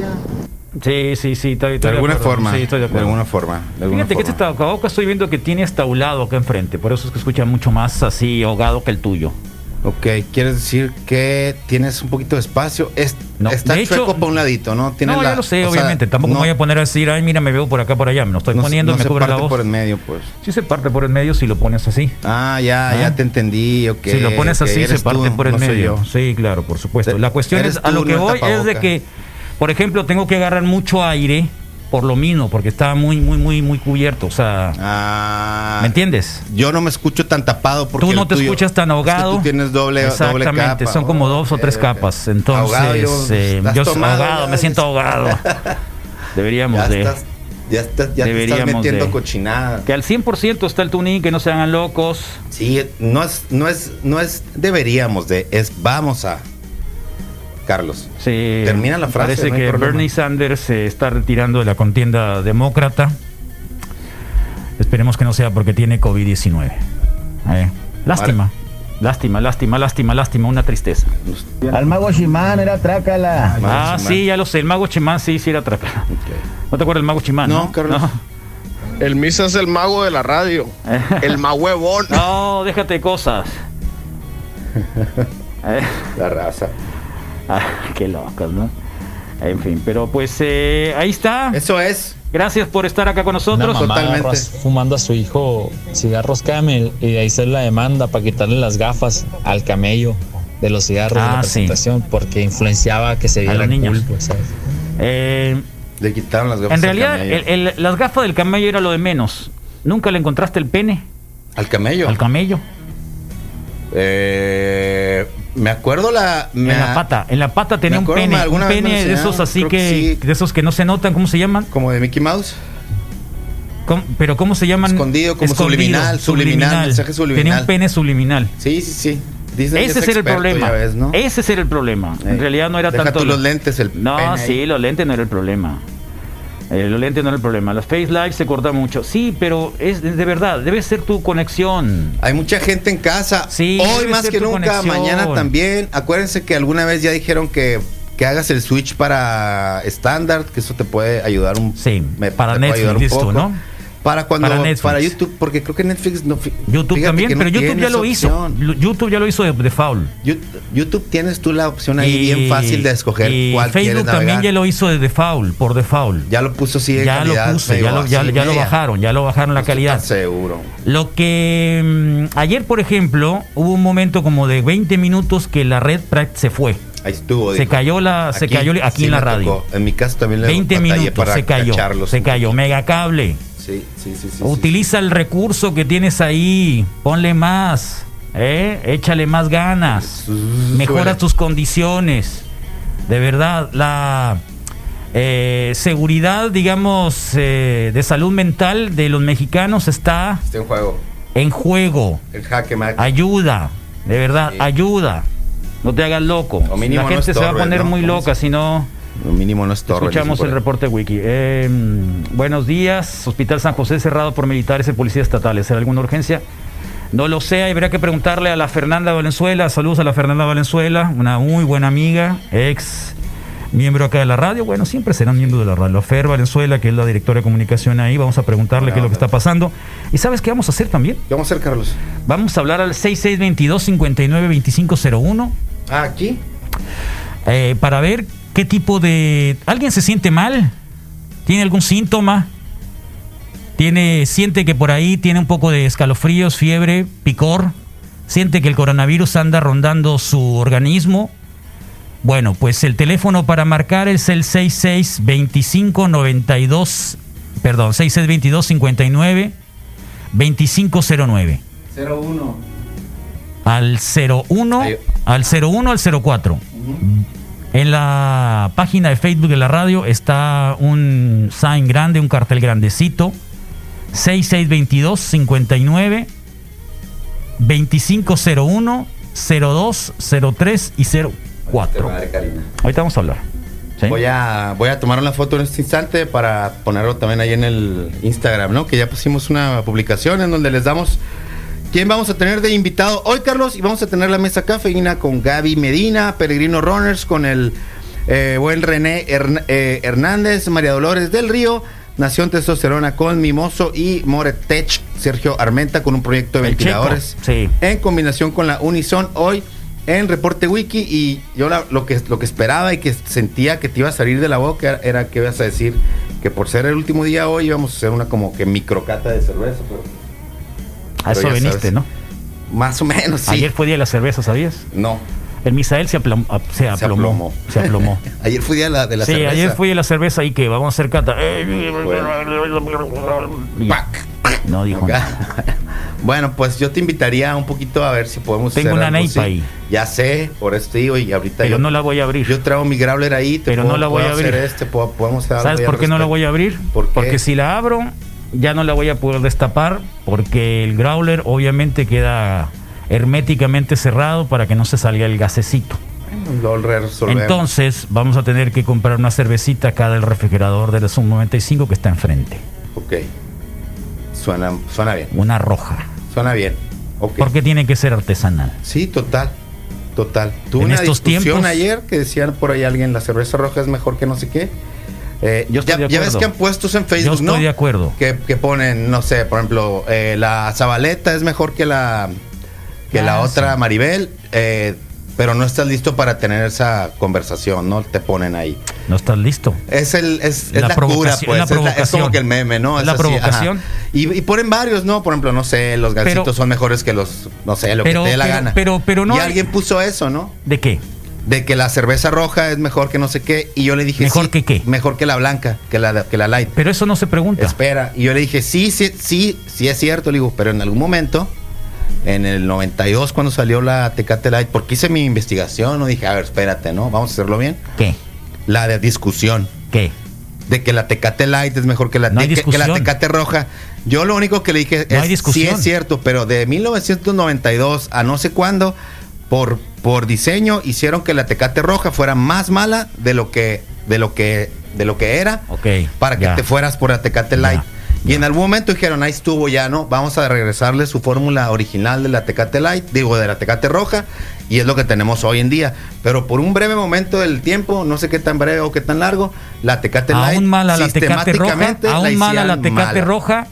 S1: Sí, sí, sí. estoy- estoy
S7: De alguna
S1: acuerdo.
S7: forma.
S1: Sí, estoy de
S7: de
S1: acuerdo.
S7: alguna forma. de alguna
S1: Fíjate que este
S7: forma.
S1: tabaco estoy viendo que tiene estaulado acá enfrente. Por eso es que escucha mucho más así ahogado que el tuyo. este
S7: Ok, quieres decir que tienes un poquito de espacio. Es- está
S1: de hecho-
S7: chueco para un ladito, ¿no? Tiene
S1: no,
S7: la-
S1: ya lo sé,
S7: o sea,
S1: obviamente. Tampoco
S7: no-
S1: me voy a poner a decir, ay, mira, me veo por acá, por allá. Me lo estoy
S7: no se-
S1: poniendo,
S7: no
S1: me
S7: se
S1: cobra la
S7: parte
S1: voz.
S7: por en medio, pues.
S1: Sí se parte por el medio si lo pones así.
S7: Ah, ya, ya te entendí. ok,
S1: si lo pones
S7: ok,
S1: así se
S7: eres
S1: parte
S7: tú,
S1: por el
S7: no soy
S1: medio.
S7: yo.
S1: Sí, claro, por supuesto. La cuestión
S7: eres
S1: es, a
S7: tú,
S1: lo que
S7: no el
S1: voy es de
S7: tapaboca.
S1: que, por ejemplo, tengo que agarrar mucho aire por lo mismo, porque está muy, muy, muy, muy cubierto. O sea, ¿me entiendes?
S7: Ah, Yo no me escucho tan tapado porque
S1: Tú no
S7: el
S1: te
S7: tuyo-
S1: escuchas tan
S7: es que
S1: ahogado.
S7: tú tienes doble, doble
S1: Exactamente,
S7: capa.
S1: son como dos o tres
S7: Ok, ok.
S1: capas. Entonces,
S7: Ahogado, yo-
S1: eh,
S7: estás
S1: yo soy
S7: tomado,
S1: ahogado,
S7: ya
S1: me siento
S7: [LAUGHS]
S1: ahogado. Deberíamos
S7: Ya
S1: de.
S7: estás, ya estás, ya te estás
S1: Deberíamos
S7: metiendo
S1: de.
S7: cochinada.
S1: Que al 100% está el tuning, que no se hagan locos.
S7: Sí, no es, no es, no es deberíamos de, es vamos a. Carlos.
S1: Sí.
S7: Termina la frase.
S1: Parece
S7: no hay
S1: que
S7: problema.
S1: Bernie Sanders se está retirando de la contienda demócrata. Esperemos que no sea porque tiene COVID-19. Eh, Lástima. Lástima, lástima, lástima, lástima, una tristeza.
S17: Al mago Shimán era trácala.
S1: ah, sí, ya lo sé. El mago Chimán sí, sí era traca. ¿No te acuerdas del mago Chimán? No, Carlos.
S7: [LAUGHS]
S13: El Misa es el mago de la radio.
S16: [LAUGHS]
S13: El mahuevón.
S1: [LAUGHS] No, déjate
S7: [LAUGHS]
S1: cosas. Eh, [LAUGHS]
S7: La raza.
S1: ah, qué locos, ¿no? En fin, pero pues eh, ahí está.
S7: Eso es.
S1: Gracias por estar acá con
S18: Una
S1: nosotros.
S18: mamá ras- fumando a su hijo cigarros camel y de ahí se la demanda para quitarle las gafas al camello de los cigarros de
S1: Ah,
S18: la
S1: sí.
S18: presentación porque influenciaba que se
S1: A
S18: viera
S1: los niños.
S18: cool, pues, ¿sabes?
S7: Le quitaron las gafas.
S1: Eh, En
S7: al
S1: realidad,
S7: camello.
S1: el- el- las gafas del camello era lo de menos. Nunca le encontraste el pene
S7: al camello.
S1: al camello.
S7: Eh, me acuerdo la. me-
S1: en la pata. En la pata tenía
S7: me
S1: un
S7: acuerdo,
S1: pene. Un
S7: alguna vez me
S1: pene
S7: lo
S1: de esos
S7: enseñaron,
S1: así
S7: creo
S1: que.
S7: que
S1: De esos que no se notan. ¿Cómo se llaman?
S7: Como de Mickey Mouse.
S1: pero ¿cómo se llaman?
S7: Escondido, como subliminal, subliminal, mensaje subliminal.
S1: Tenía un pene subliminal.
S7: Sí, sí, sí. Dicen que
S1: Ese
S7: es
S1: era el
S7: experto,
S1: problema.
S7: ya ves, ¿no?
S1: Ese era el problema. En
S7: Eh,
S1: realidad no era
S7: deja
S1: tanto.
S7: tú
S1: lo-
S7: los lentes, el
S1: No,
S7: pene ahí.
S1: sí, los lentes no era el problema. Eh, los lentes no era el problema. Las face lights se corta mucho. Sí, pero es de de verdad, debe ser tu conexión.
S7: Hay mucha gente en casa.
S1: Sí,
S7: Hoy
S1: debe
S7: más
S1: ser
S7: que
S1: tu
S7: nunca,
S1: conexión.
S7: mañana también. Acuérdense que alguna vez ya dijeron que, que hagas el switch para estándar, que eso te puede ayudar un Sí,
S1: para Netflix, dices tú, ¿no?
S7: Para cuando
S1: Para
S7: para,
S1: Netflix.
S7: YouTube, porque creo que Netflix no fi-
S1: YouTube
S7: fíjate que
S1: también,
S7: no
S1: pero YouTube
S7: tiene
S1: ya lo
S7: esa
S1: hizo.
S7: opción.
S1: Lu- YouTube ya lo hizo de, de foul.
S7: YouTube tienes tú la opción ahí bien fácil de escoger
S1: y
S7: cuál quieres
S1: Facebook también
S7: navegar.
S1: ya lo hizo de default, por default.
S7: Ya lo puso así de
S1: Ya lo
S7: calidad, "Ah,
S1: puse,
S7: medio
S1: ya lo, ya-
S7: así,
S1: ya lo
S7: media.
S1: bajaron, ya lo bajaron la calidad.
S7: Seguro.
S1: Lo que mm, ayer, por ejemplo, hubo un momento como de 20 minutos que la red prac- se fue.
S7: Ahí estuvo.
S1: Se
S7: dijo.
S1: cayó la- se cayó aquí en la
S7: me
S1: radio.
S7: tocó. En mi caso también le
S1: 20
S7: batallé
S1: minutos
S7: para
S1: se cayó,
S7: cacharlos.
S1: se cayó. Megacable.
S7: Sí, sí, sí, sí, sí.
S1: Utiliza el recurso que tienes ahí, ponle más, ¿eh? échale más ganas, mejora tus condiciones. De verdad, la eh, seguridad, digamos, eh, de salud mental de los mexicanos está
S7: Está en juego.
S1: en juego.
S7: El jaque mate.
S1: Ayuda, de verdad, ayuda. No te hagas loco.
S7: O mínimo
S1: la
S7: no
S1: gente se va a
S7: estorbes,
S1: poner
S7: ¿no?
S1: muy
S7: ¿Cómo
S1: loca si no...
S7: Lo mínimo no estorba.
S1: Escuchamos el reporte wiki. Eh, buenos días. Hospital San José cerrado por militares y policías estatales. ¿Será alguna urgencia? No lo sé. Habría que preguntarle a la Fernanda Valenzuela. Saludos a la Fernanda Valenzuela, una muy buena amiga, ex miembro acá de la radio. Bueno, siempre serán miembros de la radio. La Fer Valenzuela, que es la directora de comunicación ahí. Vamos a preguntarle qué es lo que está pasando. ¿Y sabes qué vamos a hacer también?
S7: ¿Qué vamos a hacer, Carlos?
S1: Vamos a hablar al 6622-592501
S7: Ah, aquí.
S1: eh, para ver qué tipo de... ¿Alguien se siente mal? ¿Tiene algún síntoma? ¿Tiene, siente que por ahí tiene un poco de escalofríos, fiebre, picor? ¿Siente que el coronavirus anda rondando su organismo? Bueno, pues el teléfono para marcar es el 662592, perdón, 662259 2509
S7: 01.
S1: al 01 al 01 al 04. En la página de Facebook de la radio está un sign grande, un cartel grandecito 6622 59 2501 02 03 y 04. Ahorita vamos a hablar. ¿sí?
S7: Voy, a, voy a tomar una foto en este instante para ponerlo también ahí en el Instagram, ¿no? Que ya pusimos una publicación en donde les damos quién vamos a tener de invitado hoy, Carlos. Y vamos a tener la mesa cafeína con Gaby Medina, Peregrino Runners, con el eh, buen René Hern- eh, Hernández, María Dolores del Río. Nación Testosterona con Mimoso y Moretech, Sergio Armenta con un proyecto de
S1: El Checo,
S7: ventiladores
S1: Sí.
S7: en combinación con la Unison hoy en Reporte Wiki y yo la- lo, que, lo que esperaba y que sentía que te iba a salir de la boca era, era que ibas a decir que por ser el último día hoy íbamos a hacer una como que microcata de cerveza. Pero,
S1: A eso
S7: pero ya
S1: viniste,
S7: sabes.
S1: ¿no?
S7: Más o menos, sí.
S1: Ayer fue día de la cerveza, ¿sabías?
S7: No.
S1: El Misael se, aplam- a- se aplomó. Se aplomó.
S7: [LAUGHS] ayer fue día de la, de la
S1: sí,
S7: cerveza.
S1: ayer fui a la cerveza y que vamos a hacer cata. Eh, y- No dijo
S7: nada. [LAUGHS] Bueno, pues yo te invitaría un poquito a ver si podemos
S1: Tengo
S7: hacer
S1: una
S7: algo
S1: neipa
S7: así.
S1: ahí.
S7: Ya sé, por esto digo, y ahorita
S1: Pero
S7: yo,
S1: no la voy a abrir.
S7: yo traigo mi growler ahí, te
S1: Pero
S7: puedo-
S1: no la voy
S7: puedo
S1: a abrir.
S7: hacer este, puedo- podemos hacer algo
S1: ¿Sabes
S7: ahí al
S1: por qué no la
S7: respecto.
S1: voy a abrir?
S7: ¿Por qué?
S1: Porque si la abro, ya no la voy a poder destapar, porque el growler obviamente queda herméticamente cerrado para que no se salga el gasecito.
S7: Lo resolvemos.
S1: Entonces, vamos a tener que comprar una cervecita acá del refrigerador del Zoom 95 que está enfrente.
S7: Ok. Suena, suena bien.
S1: Una roja.
S7: Suena bien. Ok.
S1: Porque tiene que ser artesanal.
S7: Sí, total. Total. Tuve
S1: En
S7: una
S1: estos
S7: discusión
S1: tiempos-
S7: ayer que decían por ahí alguien la cerveza roja es mejor que no sé qué. Eh, ya,
S1: de
S7: ya ves
S1: acuerdo.
S7: que han puesto eso en Facebook,
S1: Yo estoy
S7: ¿no?
S1: de acuerdo.
S7: Que, que ponen, no sé, por ejemplo, eh, la Zabaleta es mejor que la que la
S1: Ah,
S7: otra Maribel, eh, pero no estás listo para tener esa conversación, ¿no? Te ponen ahí.
S1: No estás listo.
S7: Es el es, es
S1: La
S7: la, cura,
S1: provocación,
S7: pues.
S1: la
S7: es, la- es como
S1: provocación.
S7: que el meme, ¿no? Es
S1: La
S7: así,
S1: provocación.
S7: ajá. Y, y ponen varios, ¿no? Por ejemplo, no sé, los
S1: Pero-
S7: gansitos son mejores que los, no sé, lo
S1: Pero-
S7: que te dé la
S1: pero-
S7: gana.
S1: pero- pero no
S7: Y
S1: hay-
S7: alguien puso eso, ¿no?
S1: ¿De qué?
S7: De que la cerveza roja es mejor que no sé qué. Y yo le dije.
S1: ¿Mejor
S7: que qué? Mejor que la blanca, que la, que la light.
S1: Pero eso no se pregunta.
S7: Espera. Y yo le dije, sí, sí, sí, sí es cierto. Le digo, pero en algún momento. En el 92, cuando salió la Tecate Light, porque hice mi investigación, no dije, a ver, espérate, ¿no? Vamos a hacerlo bien.
S1: ¿Qué?
S7: La de discusión.
S1: ¿Qué?
S7: De que la Tecate Light es mejor que la,
S1: No hay
S7: que- que la
S1: discusión.
S7: Tecate Roja. Yo lo único que le dije
S1: No hay
S7: es, sí
S1: discusión.
S7: es cierto, pero de 1992 a no sé cuándo, por, por diseño, hicieron que la Tecate Roja fuera más mala de lo que, de lo que de lo que era
S1: Ok.
S7: para que
S1: ya.
S7: te fueras por Atecate Light. Y en algún momento dijeron, ahí estuvo ya, ¿no? Vamos a regresarle su fórmula original de la Tecate Light, digo, de la Tecate Roja, y es lo que tenemos hoy en día. Pero por un breve momento del tiempo, no sé qué tan breve o qué tan largo, la Tecate Light
S1: Aún mala la tecate roja.
S7: ¿eh? sistemáticamente
S1: Aún mala la
S7: hicieron
S1: tecate
S7: mala.
S1: roja.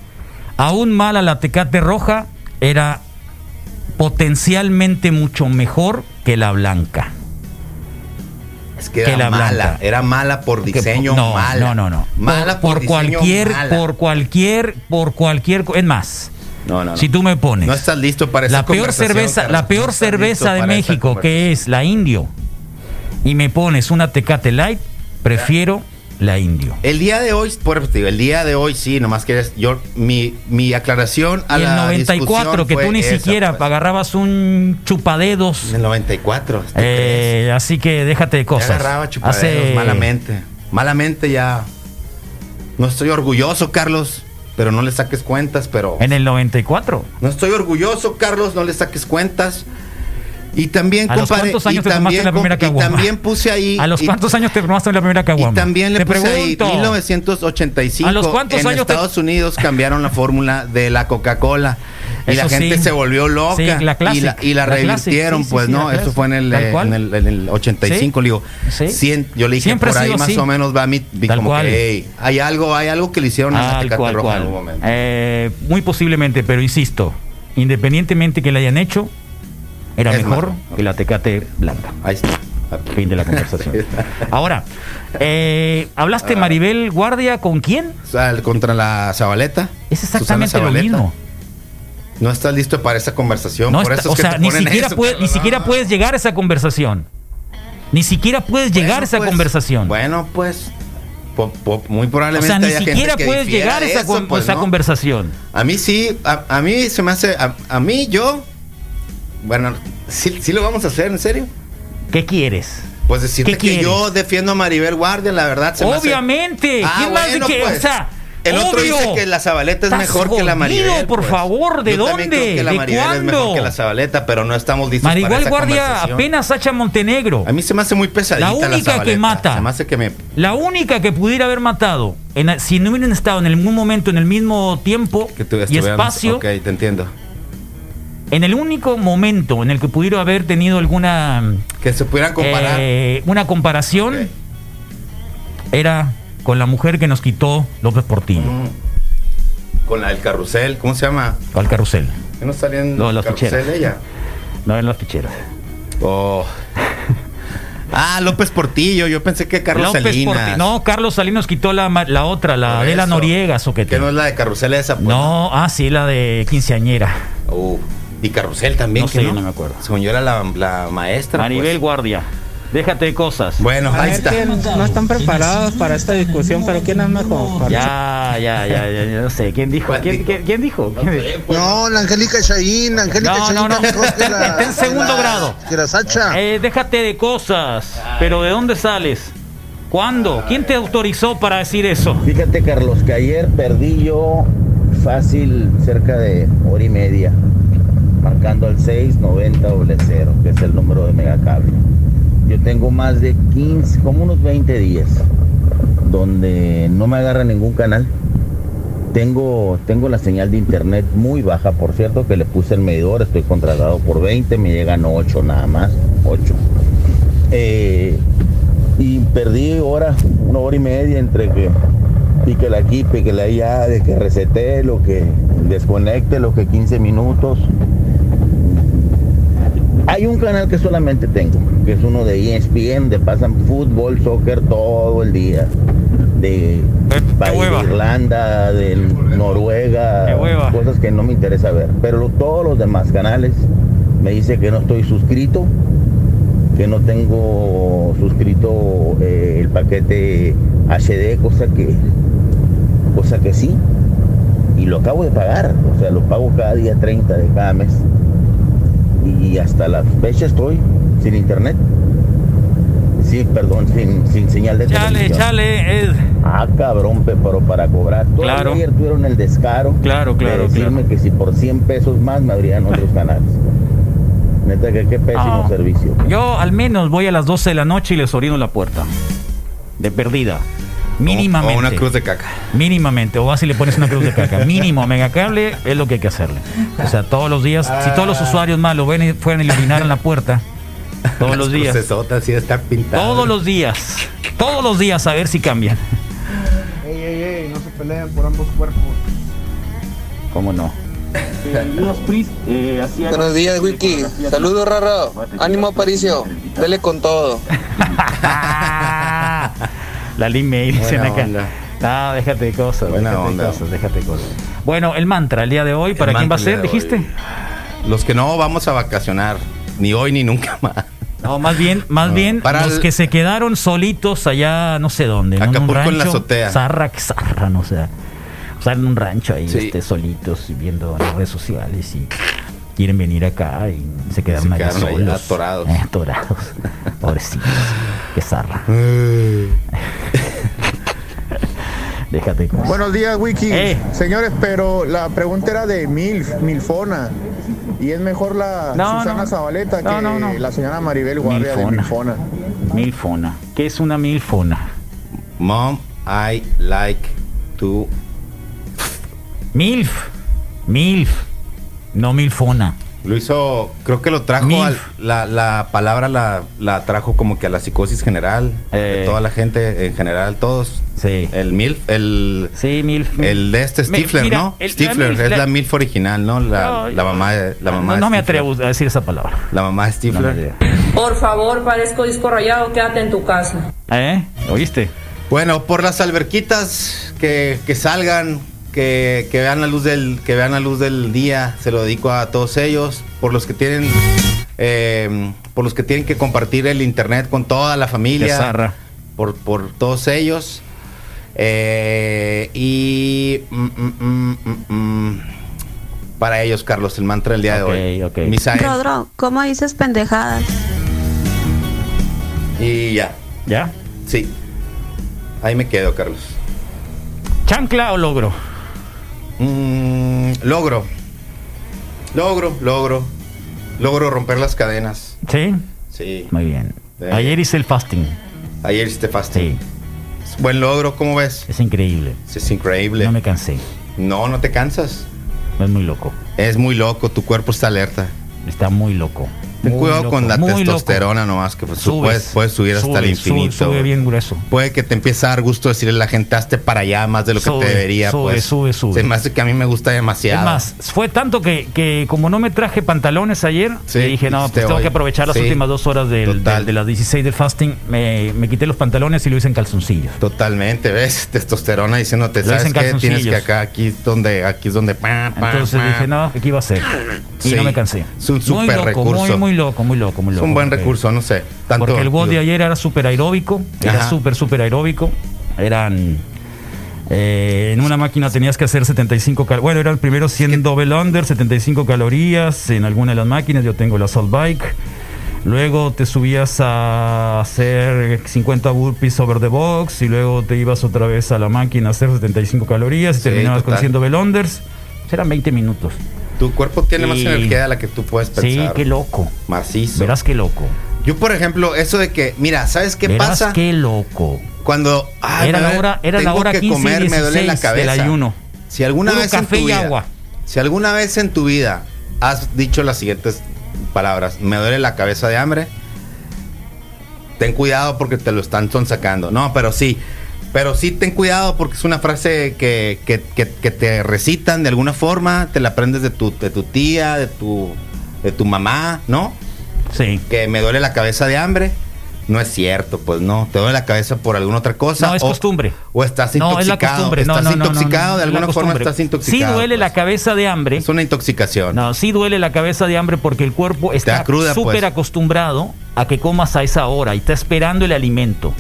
S1: Aún mala la tecate roja era potencialmente mucho mejor que la blanca.
S7: Es que era mala, era mala por
S1: Porque-
S7: diseño,
S1: no,
S7: mala.
S1: No, no, no.
S7: Mala por,
S1: por,
S7: diseño,
S1: cualquier,
S7: mala.
S1: por cualquier, por cualquier, co- es más.
S7: No, no, no.
S1: Si tú me pones.
S7: No estás listo para esa
S1: la peor
S7: conversación,
S1: cerveza,
S7: Carlos,
S1: la peor
S7: no estás listo
S1: cerveza de
S7: para esa
S1: México que es la Indio y me pones una Tecate Light, prefiero la Indio.
S7: El día de hoy, por eso te digo, el día de hoy sí, nomás que eres- yo mi, mi aclaración a
S1: Y el
S7: la
S1: 94
S7: discusión
S1: que
S7: fue
S1: tú ni
S7: esa,
S1: siquiera
S7: pues.
S1: agarrabas un chupadedos.
S7: En el 94. ¿tú
S1: Eh, así que déjate de
S7: crees?
S1: cosas.
S7: Ya agarraba chupaderos
S1: Hace-
S7: malamente. Malamente ya. No estoy orgulloso, Carlos, pero no le saques cuentas, pero
S1: En el 94.
S7: no estoy orgulloso, Carlos, no le saques cuentas. Y también,
S1: ¿A los
S7: compadre,
S1: cuántos
S7: y
S1: años te tomaste
S7: también,
S1: la primera
S7: compa- y
S1: caguama?
S7: también puse ahí
S1: [LAUGHS] ¿A los
S7: y-
S1: cuántos años te tomaste la primera caguama?
S7: Y también le
S1: Te
S7: puse ahí,
S1: pregunto.
S7: 1985.
S1: ¿A los cuántos
S7: en
S1: años te-
S7: Estados Unidos cambiaron la fórmula de la Coca-Cola. Y
S1: Eso
S7: la gente
S1: sí.
S7: se volvió loca.
S1: Sí, la
S7: y
S1: classic,
S7: la, y la
S1: la classic,
S7: revirtieron,
S1: sí, sí,
S7: pues,
S1: sí,
S7: ¿no?
S1: la
S7: Eso
S1: classic.
S7: fue en el,
S1: Tal
S7: eh,
S1: cual.
S7: en el, en el 85, le digo.
S1: Sí.
S7: cien- yo le dije,
S1: Siempre ha
S7: por ahí
S1: sido
S7: más
S1: así.
S7: o menos va mi. vi
S1: Tal
S7: como
S1: cual.
S7: que, "Ey, hay algo, hay algo que le hicieron a la
S1: Al
S7: Tecate
S1: cual,
S7: Roja en
S1: cual.
S7: algún momento.
S1: Eh, muy posiblemente, pero insisto, independientemente que la hayan hecho, era
S7: Es
S1: mejor
S7: malo.
S1: que la tecate blanca.
S7: Ahí está.
S1: Fin de la
S7: [LAUGHS]
S1: conversación. Ahora, eh,
S7: Ah.
S1: ¿hablaste Maribel Guardia con quién?
S7: O sea, el- contra la Zabaleta.
S1: Es
S7: Susana
S1: exactamente lo
S7: Zabaleta.
S1: mismo.
S7: No estás listo para esa conversación.
S1: No
S7: por
S1: está-
S7: eso es
S1: o
S7: que
S1: sea,
S7: te
S1: ni
S7: ponen
S1: siquiera,
S7: eso,
S1: puede-
S7: Carlos.
S1: ni siquiera puedes llegar a esa conversación. Ni siquiera puedes llegar a esa
S7: pues,
S1: conversación.
S7: Bueno, pues. po- po- muy
S1: o
S7: probablemente.
S1: sea, ni
S7: haya gente
S1: siquiera
S7: que
S1: puedes
S7: difiera
S1: llegar a
S7: de
S1: esa,
S7: eso,
S1: con-
S7: pues,
S1: esa
S7: ¿no?
S1: conversación.
S7: A mí sí, a, a mí se me hace. A, a mí yo. Bueno, sí, sí lo vamos a hacer, ¿en serio?
S1: ¿Qué quieres?
S7: Pues decirte
S1: ¿Qué
S7: que
S1: quieres?
S7: yo defiendo a Maribel Guardia, la verdad. se me hace-
S1: Obviamente.
S7: Ah,
S1: ¿Quién más de
S7: bueno,
S1: que,
S7: pues.
S1: o sea,
S7: El otro
S1: obvio.
S7: dice que la Zabaleta es
S1: Estás
S7: mejor que la
S1: jodido,
S7: Maribel.
S1: por
S7: pues.
S1: favor, ¿de
S7: Yo también
S1: dónde?
S7: creo que la
S1: ¿De
S7: Maribel es
S1: cuándo?
S7: mejor que la Zabaleta, pero no estamos listos para
S1: Maribel
S7: esa
S1: Guardia
S7: conversación.
S1: apenas Sacha Montenegro.
S7: A mí se me hace muy pesadita
S1: La única que
S7: Zabaleta.
S1: mata.
S7: Se me hace que me
S1: La única que pudiera haber matado, en- si no hubieran estado en algún momento, en el mismo tiempo
S7: que tú
S1: y
S7: estuvieras-
S1: espacio,
S7: Ok, te entiendo.
S1: en el único momento en el que pudiera haber tenido alguna
S7: Que se pudieran comparar.
S1: eh, una comparación, era con la mujer que nos quitó López Portillo,
S7: Mm. Con la del carrusel, ¿cómo se llama?
S1: al carrusel,
S7: ¿Que no salía en
S1: Lo de las
S7: carrusel
S1: ficheras.
S7: ella?
S1: no en las ficheras.
S7: Oh. [LAUGHS] Ah, López Portillo, yo pensé que Carlos
S1: López
S7: Salinas.
S1: Portillo- No, Carlos Salinas quitó la, ma- la otra, la
S7: Por
S1: de la
S7: eso.
S1: Noriega, soquete.
S7: Que no es la de carrusel esa, pues.
S1: No, ah, sí, la de quinceañera.
S7: Uh, y carrusel también,
S1: No
S7: que
S1: sé,
S7: no.
S1: no me acuerdo.
S7: Según yo era la, la maestra. pues.
S1: Maribel Guardia, déjate de cosas.
S7: Bueno,
S19: A
S7: ahí
S19: ver,
S7: está.
S19: que no están preparados para esta discusión, pero ¿quién es mejor?
S1: Ya, ya, ya, ya, ya no sé. ¿Quién dijo? ¿Quién, quién- quién dijo? ¿Quién dijo?
S16: No, la Angélica Chaín, la Angélica
S1: No,
S16: Chaín
S1: no, no.
S16: es mejor que la-
S1: Está [LAUGHS] en segundo grado.
S16: que la
S7: Ah.
S16: Sacha.
S1: Eh, déjate de cosas. Pero ¿de dónde sales? ¿Cuándo? ¿Quién te autorizó para decir eso?
S17: Fíjate, Carlos, que ayer perdí yo fácil cerca de hora y media, marcando al 69000, que es el número de Megacable. Yo tengo más de 15, como unos 20 días, donde no me agarra ningún canal. Tengo, tengo la señal de internet muy baja, por cierto, que le puse el medidor, estoy contratado por 20, me llegan 8 nada más, 8. Eh, y perdí hora, una hora y media entre que píquele aquí, píquele allá, de que resete, lo que desconecte, lo que 15 minutos. Hay un canal que solamente tengo, que es uno de ESPN, de pasan fútbol, soccer todo el día. De país de Irlanda, de Noruega, cosas que no me interesa ver. Pero lo- todos los demás canales me dice que no estoy suscrito que no tengo suscrito eh, el paquete HD, cosa que, cosa que sí, y lo acabo de pagar, o sea, lo pago cada día 30 de cada mes, y hasta la fecha estoy sin internet, sí, perdón, sin, sin señal de televisión.
S1: Chale, Ed.
S17: Ah, cabrón, pe- pero para cobrar. Todavía
S1: Claro.
S17: ayer tuvieron el descaro
S1: Claro, claro,
S17: de decirme que si por 100 pesos más me abrían otros canales. Neta que qué pésimo
S1: Ah.
S17: servicio.
S1: Yo al menos voy a las 12 de la noche y les orino la puerta. De perdida. Mínimamente.
S7: O una cruz de caca.
S1: Mínimamente. O vas y le pones una cruz de caca. Mínimo, megacable es lo que hay que hacerle. O sea, todos los días, si todos los usuarios malos ven y fueran y le orinaran la puerta, todos
S7: [LAUGHS]
S1: los días.
S7: Crucesotas, sí, está pintado.
S1: Todos los días. Todos los días a ver si cambian.
S20: Ey, ey, ey, no se peleen por ambos cuerpos.
S1: ¿Cómo no?
S21: Buenos días, Wiki. Saludos, Raro. Ánimo, Aparicio. Dele con todo.
S1: [LAUGHS] La Lin May, dicen
S21: Buena
S1: acá.
S21: onda.
S1: No, déjate de cosas,
S7: Buena
S1: déjate
S7: onda.
S1: de cosas, déjate de cosas. Bueno, el mantra el día de hoy, ¿para
S7: El
S1: quién va a
S7: mantra
S1: ser?
S7: el día de
S1: ¿Dijiste?
S7: Los que no vamos a vacacionar, ni hoy ni nunca [LAUGHS] más.
S1: No, más bien, más
S7: No,
S1: bien
S7: para
S1: los
S7: el-
S1: que se quedaron solitos allá, no sé dónde. ¿no?
S7: Acapulco en la
S1: un rancho,
S7: azotea.
S1: Zarra, que zarra, no sé. O sea, en un rancho ahí, este, solitos, y viendo las redes sociales y quieren venir acá y se quedaron,
S7: Se
S1: allá
S7: quedaron allá
S1: solos.
S7: atorados.
S1: Eh, [LAUGHS] atorados. Pobrecitos. Qué zarra. Déjate con
S14: Buenos días, Wiki.
S1: Eh.
S14: Señores, pero la pregunta era de Milf, Milfona. Y es mejor la
S1: No,
S14: Susana
S1: no.
S14: Zabaleta
S1: No,
S14: que
S1: no, no.
S14: la señora Maribel Guardia de
S1: Milfona.
S14: Milfona.
S1: Milfona. ¿Qué es una milfona?
S7: Mom, I like to.
S1: Milf. Milf. No milfona.
S7: Lo hizo, creo que lo trajo, al- la, la palabra la, la trajo como que a la psicosis general, de toda la gente en general, todos.
S1: Eh. Sí.
S7: El MILF, el.
S1: Sí, MILF.
S7: El de este
S1: Me-
S7: Stifler,
S1: mira,
S7: ¿no?
S1: el- la
S7: Stifler,
S1: MILF,
S7: es
S1: la-
S7: la, MILF original, ¿no? La,
S3: No,
S7: la mamá de. La mamá
S1: no,
S7: de
S1: no me
S7: Stifler.
S1: atrevo a decir esa palabra.
S7: La mamá de Stifler.
S3: Por favor, parezco disco rayado, quédate en tu casa.
S1: ¿Eh? ¿Oíste?
S7: Bueno, por las alberquitas que, que salgan, que, que vean la luz del, que vean la luz del día, se lo dedico a todos ellos, por los que tienen, eh, por los que tienen que compartir el internet con toda la
S1: Qué
S7: familia,
S1: zarra.
S7: por, por todos ellos. Eh, y mm, mm, mm, mm, mm. para ellos, Carlos, el mantra del día de hoy. Misa es-
S22: Rodro, ¿cómo dices pendejadas?
S7: y ya.
S1: ¿Ya?
S7: Sí. Ahí me quedo, Carlos.
S1: ¿Chancla o logro?
S7: Mm, logro. Logro, logro. Logro romper las cadenas.
S1: Sí.
S7: Sí.
S1: Muy bien.
S7: Sí.
S1: Ayer hice el fasting.
S7: Ayer hiciste fasting. Es buen logro, ¿cómo ves?
S1: Es increíble.
S7: Es increíble.
S1: No me cansé.
S7: No, no te cansas.
S1: Es muy loco.
S7: Es muy loco, tu cuerpo está alerta.
S1: Está muy loco.
S7: Ten
S1: Muy
S7: cuidado
S1: loco,
S7: con la
S1: muy loco.
S7: testosterona nomás, que pues, tú
S1: Subes,
S7: puedes, puedes subir hasta
S1: sube,
S7: el
S1: sube,
S7: infinito.
S1: Sube,
S7: güey.
S1: bien grueso.
S7: Puede que te empiece a dar gusto decirle a la gente, hazte para allá más de lo
S1: Sube,
S7: que te debería.
S1: sube,
S7: pues.
S1: sube, sube.
S7: Se me hace que a mí me gusta demasiado.
S1: Es más, fue tanto que, que como no me traje pantalones ayer, le dije, no,
S7: hiciste
S1: pues tengo
S7: hoy.
S1: que aprovechar las
S7: Sí.
S1: últimas dos horas del, del- de las 16 del fasting. Me, me quité los pantalones y lo hice en calzoncillos.
S7: Totalmente, ¿ves? [LAUGHS] Testosterona diciéndote,
S1: Lo
S7: ¿sabes
S1: dicen
S7: qué? Tienes que
S1: calzoncillos.
S7: acá, aquí es donde, aquí es donde... pa, pa,
S1: Entonces
S7: pa.
S1: dije, no, aquí va a ser. Y
S7: Sí.
S1: no me cansé.
S7: Es un
S1: muy
S7: super
S1: loco,
S7: recurso.
S1: Muy, muy loco, muy loco, muy
S7: Es
S1: loco.
S7: un buen
S1: porque-
S7: recurso, no sé. Tanto,
S1: Porque el WOD de ayer era súper aeróbico, era
S7: Ajá.
S1: súper, súper aeróbico. Eran. eh, en una máquina tenías que hacer 75 calorías. Bueno, eran primero 100 double under, 75 calorías en alguna de las máquinas. Yo tengo la Salt Bike. Luego te subías a hacer 50 burpees over the box y luego te ibas otra vez a la máquina a hacer 75 calorías y
S7: Sí,
S1: terminabas con
S7: total.
S1: 100 double unders. Eran 20 minutos.
S7: Tu cuerpo tiene más
S1: Y-
S7: energía de la que tú puedes
S1: Sí,
S7: pensar.
S1: qué loco.
S7: Macizo.
S1: Verás qué loco.
S7: Yo, por ejemplo, eso de que, mira, ¿sabes qué
S1: Verás
S7: pasa?
S1: qué loco.
S7: Cuando... ay,
S1: Era
S7: me
S1: la
S7: duele-
S1: hora- era la
S7: tengo
S1: hora
S7: que
S1: 15 y
S7: comer, me duele la
S1: 16 del
S7: cabeza.
S1: ayuno.
S7: Si alguna
S1: Puro
S7: vez
S1: café y
S7: en tu vida,
S1: agua.
S7: Si alguna vez en tu vida has dicho las siguientes palabras, me duele la cabeza de hambre, ten cuidado porque te lo están sonsacando. No, pero sí. Pero sí ten cuidado porque es una frase que, que- que- que te recitan de alguna forma, te la aprendes de tu, de tu tía, de tu, de tu mamá, ¿no?
S1: Sí.
S7: Que me duele la cabeza de hambre. No es cierto, pues no. Te duele la cabeza por alguna otra cosa.
S1: No, es
S7: o-
S1: costumbre.
S7: O estás intoxicado.
S1: No, es la costumbre. No,
S7: Estás
S1: no, no, no,
S7: intoxicado,
S1: no,
S7: de
S1: es la
S7: alguna forma
S1: costumbre.
S7: estás intoxicado.
S1: Sí
S7: pues.
S1: duele la cabeza de hambre. Es
S7: una intoxicación.
S1: No, sí duele la cabeza de hambre porque el cuerpo está
S7: da cruda,
S1: súper
S7: pues.
S1: acostumbrado a que comas a esa hora y está esperando el alimento.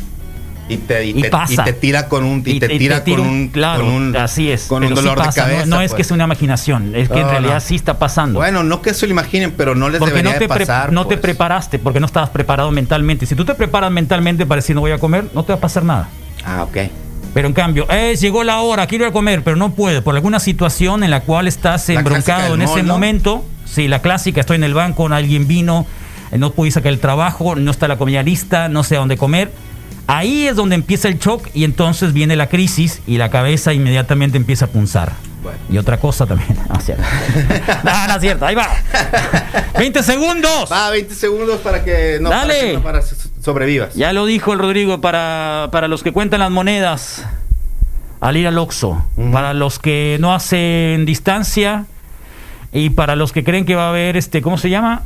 S7: y te, y te- y
S1: pasa.
S7: te tira con un y te tira con un,
S1: claro,
S7: con un-
S1: así es,
S7: con un
S1: pero sí
S7: dolor de
S1: pasa, no-
S7: cabeza,
S1: No, es que
S7: pues.
S1: es una imaginación, es que en
S7: No,
S1: realidad
S7: no.
S1: sí está pasando.
S7: bueno no que se lo imaginen pero no les
S1: porque no
S7: debería
S1: te,
S7: de
S1: pre-
S7: pasar
S1: no
S7: pues.
S1: te preparaste, porque no estabas preparado mentalmente. Si tú te preparas mentalmente para decir no voy a comer, no te va a pasar nada.
S7: ah ok
S1: Pero en cambio, eh, llegó la hora, quiero ir a comer, pero no puedo, por alguna situación en la cual estás
S7: La clásica
S1: embroncado en
S7: del
S1: ese
S7: mall, ¿no?
S1: momento, si la clásica, estoy en el banco, alguien vino, eh, no pude sacar el trabajo, no está la comida lista, no sé a dónde comer, Ahí es donde empieza el shock y entonces viene la crisis y la cabeza inmediatamente empieza a punzar. Y otra cosa también. [LAUGHS] No, es cierto. no, no es cierto.
S7: [LAUGHS]
S1: Ahí va. 20 segundos.
S7: Va, 20 segundos para que no,
S1: Dale.
S7: para que no- para so- sobrevivas.
S1: Ya lo dijo el Rodrigo, para, para los que cuentan las monedas, al ir al Oxxo. Para los que no hacen distancia y para los que creen que va a haber, este ¿cómo se llama?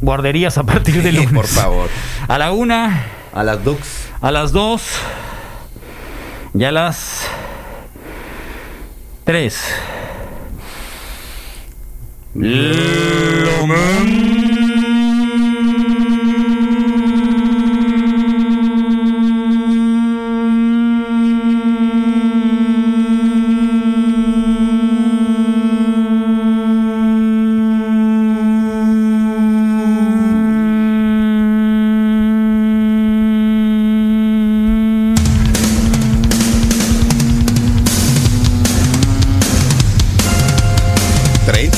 S1: Guarderías a partir de lunes.
S7: Por favor.
S1: A la una.
S7: A las Dux.
S1: A las dos. Ya las... Tres.
S7: ¿30?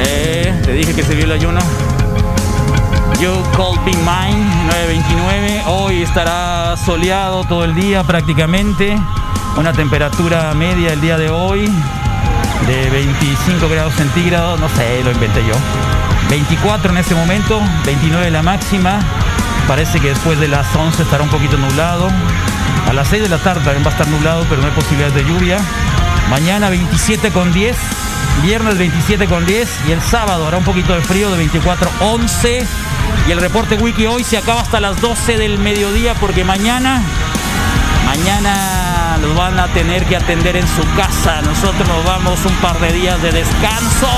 S1: Eh, te dije que se vio el ayuno. You Cold Be Mine 929. Hoy estará soleado todo el día prácticamente. Una temperatura media el día de hoy de 25 grados centígrados. No sé, lo inventé yo. 24 en este momento, 29 la máxima. Parece que después de las 11 estará un poquito nublado. A las 6 de la tarde también va a estar nublado, pero no hay posibilidades de lluvia. Mañana 27 con 10, viernes 27 con 10 y el sábado hará un poquito de frío de 24 11. Y el reporte wiki hoy se acaba hasta las 12 del mediodía porque mañana Mañana los van a tener que atender en su casa. Nosotros nos vamos un par de días de descanso.